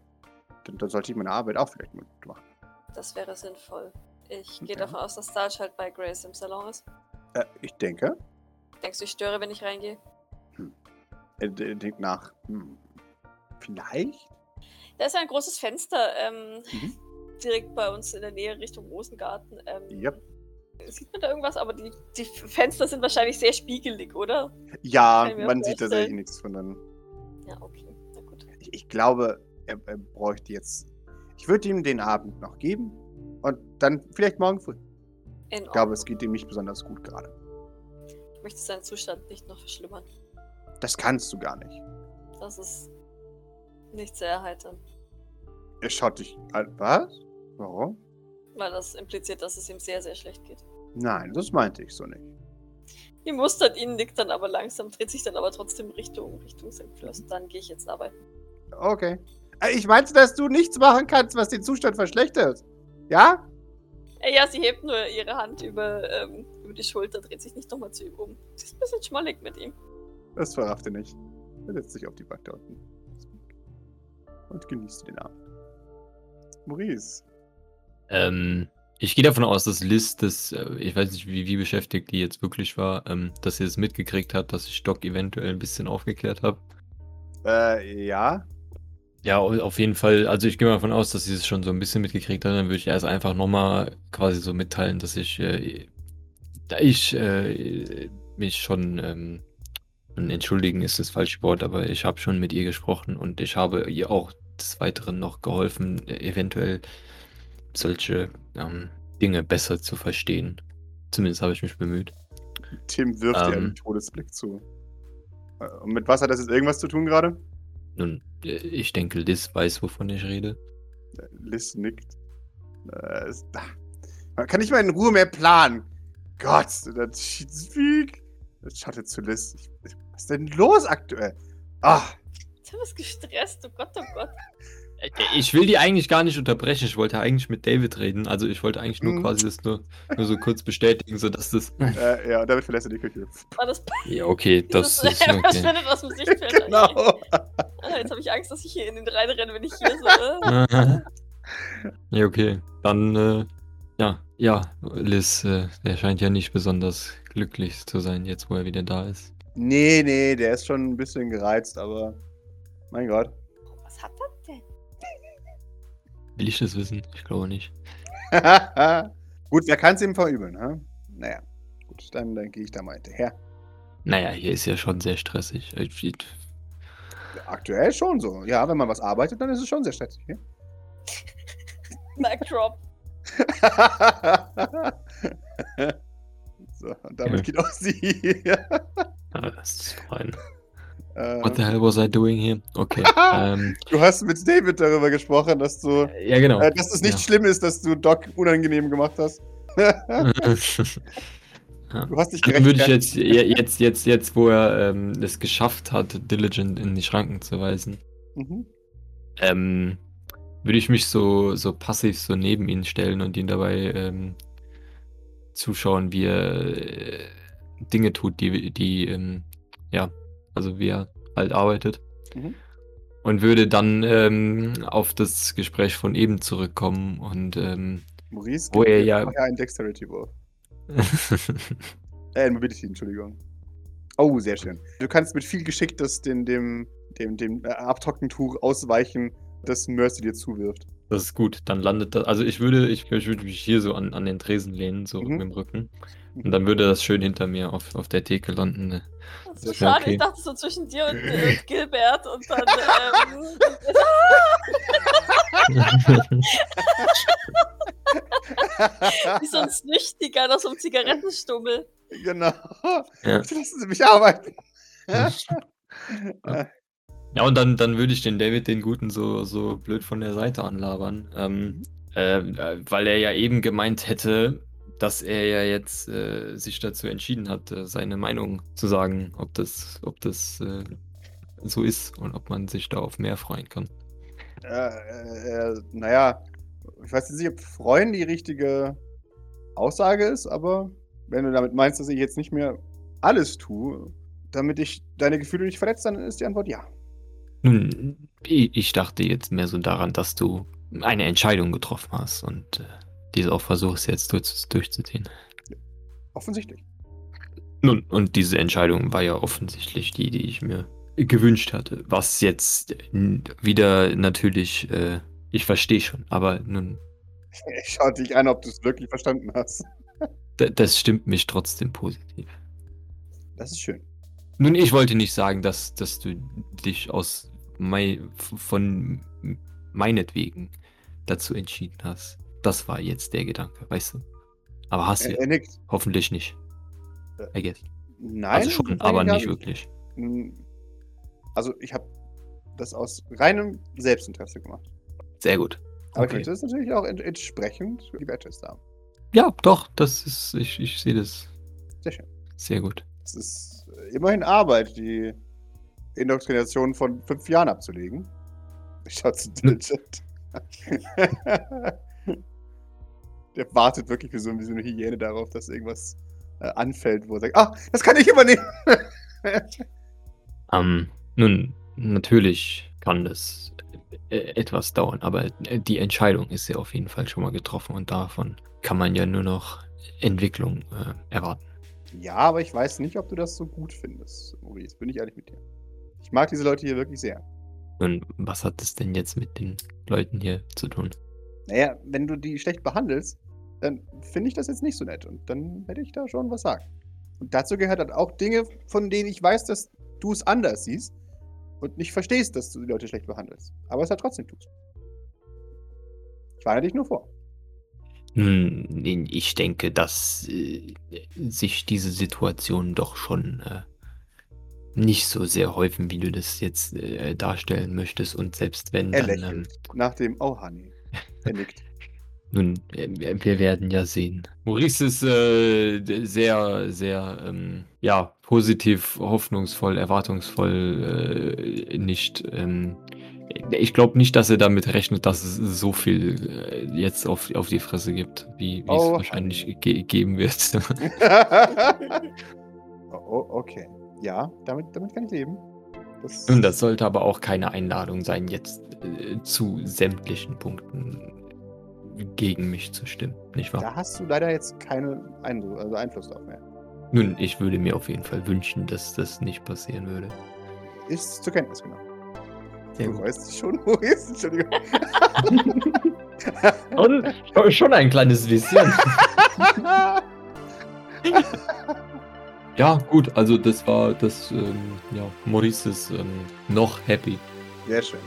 Speaker 1: Dann, dann sollte ich meine Arbeit auch vielleicht mal machen.
Speaker 3: Das wäre sinnvoll. Ich gehe
Speaker 1: Ja.
Speaker 3: davon aus, dass Starch halt bei Grace im Salon ist.
Speaker 1: Äh, ich denke.
Speaker 3: Denkst du, ich störe, wenn ich reingehe?
Speaker 1: Er, er denkt nach. Hm. Vielleicht?
Speaker 3: Da ist ein großes Fenster ähm,
Speaker 1: Mhm.
Speaker 3: direkt bei uns in der Nähe Richtung Rosengarten. Ähm,
Speaker 1: Ja.
Speaker 3: Sieht man da irgendwas? Aber die, die Fenster sind wahrscheinlich sehr spiegelig, oder?
Speaker 1: Ja,
Speaker 3: Kann ich mir
Speaker 1: man sieht tatsächlich
Speaker 3: vorstellen.
Speaker 1: nichts von dann.
Speaker 3: Ja, okay. Na gut.
Speaker 1: Ich, ich glaube, er, er bräuchte jetzt. Ich würde ihm den Abend noch geben. Und dann vielleicht morgen früh.
Speaker 3: In
Speaker 1: Ich
Speaker 3: Ordnung.
Speaker 1: glaube, es geht ihm nicht besonders gut gerade.
Speaker 3: Ich möchte seinen Zustand nicht noch verschlimmern.
Speaker 1: Das kannst du gar nicht.
Speaker 3: Das ist nicht sehr erheiternd,
Speaker 1: Er schaut dich an. Was? Warum?
Speaker 3: weil das impliziert, dass es ihm sehr, sehr schlecht geht.
Speaker 1: Nein, das meinte ich so nicht.
Speaker 3: Die mustert ihn, nickt dann aber langsam, dreht sich dann aber trotzdem Richtung, Richtung St.
Speaker 1: Mhm.
Speaker 3: Flöss. Dann gehe ich jetzt arbeiten.
Speaker 1: Okay. Äh, Ich meinte, dass du nichts machen kannst, was den Zustand verschlechtert. Ja?
Speaker 3: Äh, ja, sie hebt nur ihre Hand über, ähm, über die Schulter, dreht sich nicht nochmal zu ihm um. Sie ist ein bisschen schmallig mit ihm.
Speaker 1: Das verrafft er nicht. Er setzt sich auf die Bank da unten. Und genießt den Abend. Maurice.
Speaker 4: Ähm, ich gehe davon aus, dass Liz das, äh, ich weiß nicht, wie, wie beschäftigt die jetzt wirklich war, ähm, dass sie es mitgekriegt hat, dass ich Doc eventuell ein bisschen aufgeklärt habe.
Speaker 1: Äh, ja.
Speaker 4: Ja, au- auf jeden Fall. Also ich gehe mal davon aus, dass sie es schon so ein bisschen mitgekriegt hat. Dann würde ich erst einfach nochmal quasi so mitteilen, dass ich, äh, da ich äh, mich schon, ähm, und entschuldigen ist das falsche Wort, aber ich habe schon mit ihr gesprochen und ich habe ihr auch des Weiteren noch geholfen, äh, eventuell solche ähm, Dinge besser zu verstehen. Zumindest habe ich mich bemüht.
Speaker 1: Tim wirft dir
Speaker 4: Ähm.
Speaker 1: einen Todesblick zu. Äh, Und mit was hat das jetzt irgendwas zu tun gerade?
Speaker 4: Nun, äh, ich denke, Liz weiß, wovon ich rede.
Speaker 1: Äh, Liz nickt. Äh, ist, ah. Man kann nicht mal in Ruhe mehr planen. Gott, dann speak. Das schaut jetzt zu Liz. Ich, ich- was ist denn los aktuell? Ah,
Speaker 3: Du bist gestresst, oh Gott, oh Gott.
Speaker 4: Äh, Ich will die eigentlich gar nicht unterbrechen. Ich wollte eigentlich mit David reden. Also ich wollte eigentlich nur
Speaker 1: Mhm.
Speaker 4: quasi das nur, nur so kurz bestätigen, sodass das.
Speaker 1: äh, ja, und damit verlässt er die Küche.
Speaker 3: War Ah, das
Speaker 4: Ja, okay, das ist
Speaker 3: er
Speaker 4: okay.
Speaker 3: verschwindet aus dem Sichtfeld. eigentlich.
Speaker 1: genau.
Speaker 3: Ah, jetzt habe ich Angst, dass ich hier in den Rhein renne, wenn ich hier so. Äh,
Speaker 4: Aha. ja, okay. Dann, äh, ja, ja, Liz, äh, der scheint ja nicht besonders glücklich zu sein, jetzt wo er wieder da ist.
Speaker 1: Nee, nee, der ist schon ein bisschen gereizt, aber mein Gott.
Speaker 3: was hat er?
Speaker 4: Will ich das wissen? Ich glaube nicht.
Speaker 1: gut, wer kann es ihm verübeln, hä? Naja, gut, dann, dann gehe ich da mal hinterher.
Speaker 4: Naja, hier ist ja schon sehr stressig. Äh, ich-
Speaker 1: Aktuell schon so. Ja, wenn man was arbeitet, dann ist es schon sehr stressig. Ja?
Speaker 3: Mic drop.
Speaker 1: so, und damit
Speaker 4: Ja.
Speaker 1: geht auch sie. äh,
Speaker 4: Ah, das ist fein. What the hell was I doing here? Okay. ähm,
Speaker 1: Ähm, du hast mit David darüber gesprochen, dass du,
Speaker 4: ja, genau.
Speaker 1: äh, dass es nicht schlimm ist, dass du Doc unangenehm gemacht hast.
Speaker 4: ja.
Speaker 1: Du hast dich
Speaker 4: Dann Also würde ich
Speaker 1: gerechtfertigt.
Speaker 4: jetzt, ja, jetzt, jetzt, jetzt, wo er ähm, es geschafft hat, Diligent in die Schranken zu weisen,
Speaker 1: Mhm.
Speaker 4: ähm, würde ich mich so, so passiv so neben ihn stellen und ihn dabei ähm, zuschauen, wie er äh, Dinge tut, die, die ähm, ja, also wie er halt arbeitet.
Speaker 1: Mhm.
Speaker 4: Und würde dann ähm, auf das Gespräch von eben zurückkommen und ähm,
Speaker 1: Maurice,
Speaker 4: Wo
Speaker 1: gib
Speaker 4: er
Speaker 1: mir
Speaker 4: ja-
Speaker 1: vorher einen Dexterity-Wurf. Äh, Mobility, Entschuldigung. Oh, sehr schön. Du kannst mit viel Geschick das dem, dem, dem, dem äh, Abtrockentuch ausweichen, das Mercy dir zuwirft.
Speaker 4: Das ist gut, dann landet das. Also ich würde, ich, ich würde mich hier so an, an den Tresen lehnen, so
Speaker 1: Mhm.
Speaker 4: mit dem Rücken. Und dann würde das schön hinter mir auf, auf der Theke landen. ne?
Speaker 3: Das
Speaker 4: Ja,
Speaker 3: ist schade,
Speaker 4: okay.
Speaker 3: ich dachte so zwischen dir und, äh, und Gilbert und dann. Ähm, wie so ein Snüchtiger nach so einem Zigarettenstummel.
Speaker 1: genau.
Speaker 4: Ja.
Speaker 1: Bitte Lassen Sie mich arbeiten. Äh,
Speaker 4: Ja, und dann, dann würde ich den David, den Guten, so, so blöd von der Seite anlabern. Ähm, äh, äh, weil er ja eben gemeint hätte, dass er ja jetzt äh, sich dazu entschieden hat, äh, seine Meinung zu sagen, ob das, ob das äh, so ist und ob man sich da auf mehr freuen kann.
Speaker 1: äh, äh, naja, ich weiß jetzt nicht, ob Freuen die richtige Aussage ist, aber wenn du damit meinst, dass ich jetzt nicht mehr alles tue, damit ich deine Gefühle nicht verletze, dann ist die Antwort ja.
Speaker 4: Nun, i- ich dachte jetzt mehr so daran, dass du eine Entscheidung getroffen hast und äh, diese auch versuchst jetzt durch, durchzuziehen.
Speaker 1: Offensichtlich.
Speaker 4: Nun, und diese Entscheidung war ja offensichtlich die, die ich mir gewünscht hatte. Was jetzt äh, n- wieder natürlich, äh, ich verstehe schon, aber nun,
Speaker 1: Ich schau dich an, ob du es wirklich verstanden hast.
Speaker 4: d- das stimmt mich trotzdem positiv.
Speaker 1: Das ist schön.
Speaker 4: Nun, ich wollte nicht sagen, dass, dass du dich aus mei von meinetwegen dazu entschieden hast. Das war jetzt der Gedanke, weißt du? Aber hast du
Speaker 1: Er,
Speaker 4: ja
Speaker 1: er nickt.
Speaker 4: hoffentlich nicht. I guess.
Speaker 1: Äh, Nein.
Speaker 4: Also schon,
Speaker 1: tatsächlich
Speaker 4: aber
Speaker 1: gar
Speaker 4: nicht wirklich.
Speaker 1: N- Also ich habe das aus reinem Selbstinteresse gemacht.
Speaker 4: Sehr gut.
Speaker 1: Aber
Speaker 4: Okay.
Speaker 1: okay. das ist natürlich auch ent entsprechend für die Badges da.
Speaker 4: Ja, doch, das ist, ich, ich sehe das.
Speaker 1: Sehr schön.
Speaker 4: Sehr gut.
Speaker 1: Es ist äh, immerhin Arbeit, die Indoktrination von fünf Jahren abzulegen. Ich schaue zu Diligent. Der wartet wirklich wie so, wie so eine Hyäne darauf, dass irgendwas äh, anfällt, wo er sagt, ah, das kann ich übernehmen.
Speaker 4: Ähm, nun, natürlich kann das äh, etwas dauern, aber äh, die Entscheidung ist ja auf jeden Fall schon mal getroffen und davon kann man ja nur noch Entwicklung äh, erwarten.
Speaker 1: Ja, aber ich weiß nicht, ob du das so gut findest, Maurice. Bin ich ehrlich mit dir. Ich mag diese Leute hier wirklich sehr.
Speaker 4: Nun, was hat es denn jetzt mit den Leuten hier zu tun?
Speaker 1: Naja, wenn du die schlecht behandelst, dann finde ich das jetzt nicht so nett. Und dann werde ich da schon was sagen. Und dazu gehört halt auch Dinge, von denen ich weiß, dass du es anders siehst und nicht verstehst, dass du die Leute schlecht behandelst. Aber es halt trotzdem tust. Ich warne dich nur vor.
Speaker 4: Nun, ich denke, dass äh, sich diese Situationen doch schon äh, nicht so sehr häufen, wie du das jetzt äh, darstellen möchtest. Und selbst wenn,
Speaker 1: Er
Speaker 4: dann, ähm,
Speaker 1: lächelt. Nach dem Oh, Honey. Er nickt.
Speaker 4: Nun, äh, wir werden ja sehen. Maurice ist äh, d- sehr, sehr, ähm, ja, positiv, hoffnungsvoll, erwartungsvoll, äh, nicht, ähm, ich glaube nicht, dass er damit rechnet, dass es so viel äh, jetzt auf, auf die Fresse gibt, wie wie es
Speaker 1: Oh.
Speaker 4: wahrscheinlich ge geben wird.
Speaker 1: oh, oh, okay. Ja, damit, damit kann ich leben. Das,
Speaker 4: Nun, das sollte aber auch keine Einladung sein, jetzt äh, zu sämtlichen Punkten gegen mich zu stimmen, nicht wahr?
Speaker 1: da hast du leider jetzt keinen Einfluss, also Einfluss drauf mehr.
Speaker 4: Nun, ich würde mir auf jeden Fall wünschen, dass das nicht passieren würde.
Speaker 1: Ist zur Kenntnis genommen.
Speaker 4: Sehr
Speaker 1: du
Speaker 4: gut.
Speaker 1: weißt schon, wo ist Entschuldigung.
Speaker 2: Oh,
Speaker 4: Und schon- schon ein kleines bisschen. ja, gut, also das war das, ähm, ja, Maurice ist ähm, noch happy.
Speaker 1: Sehr schön.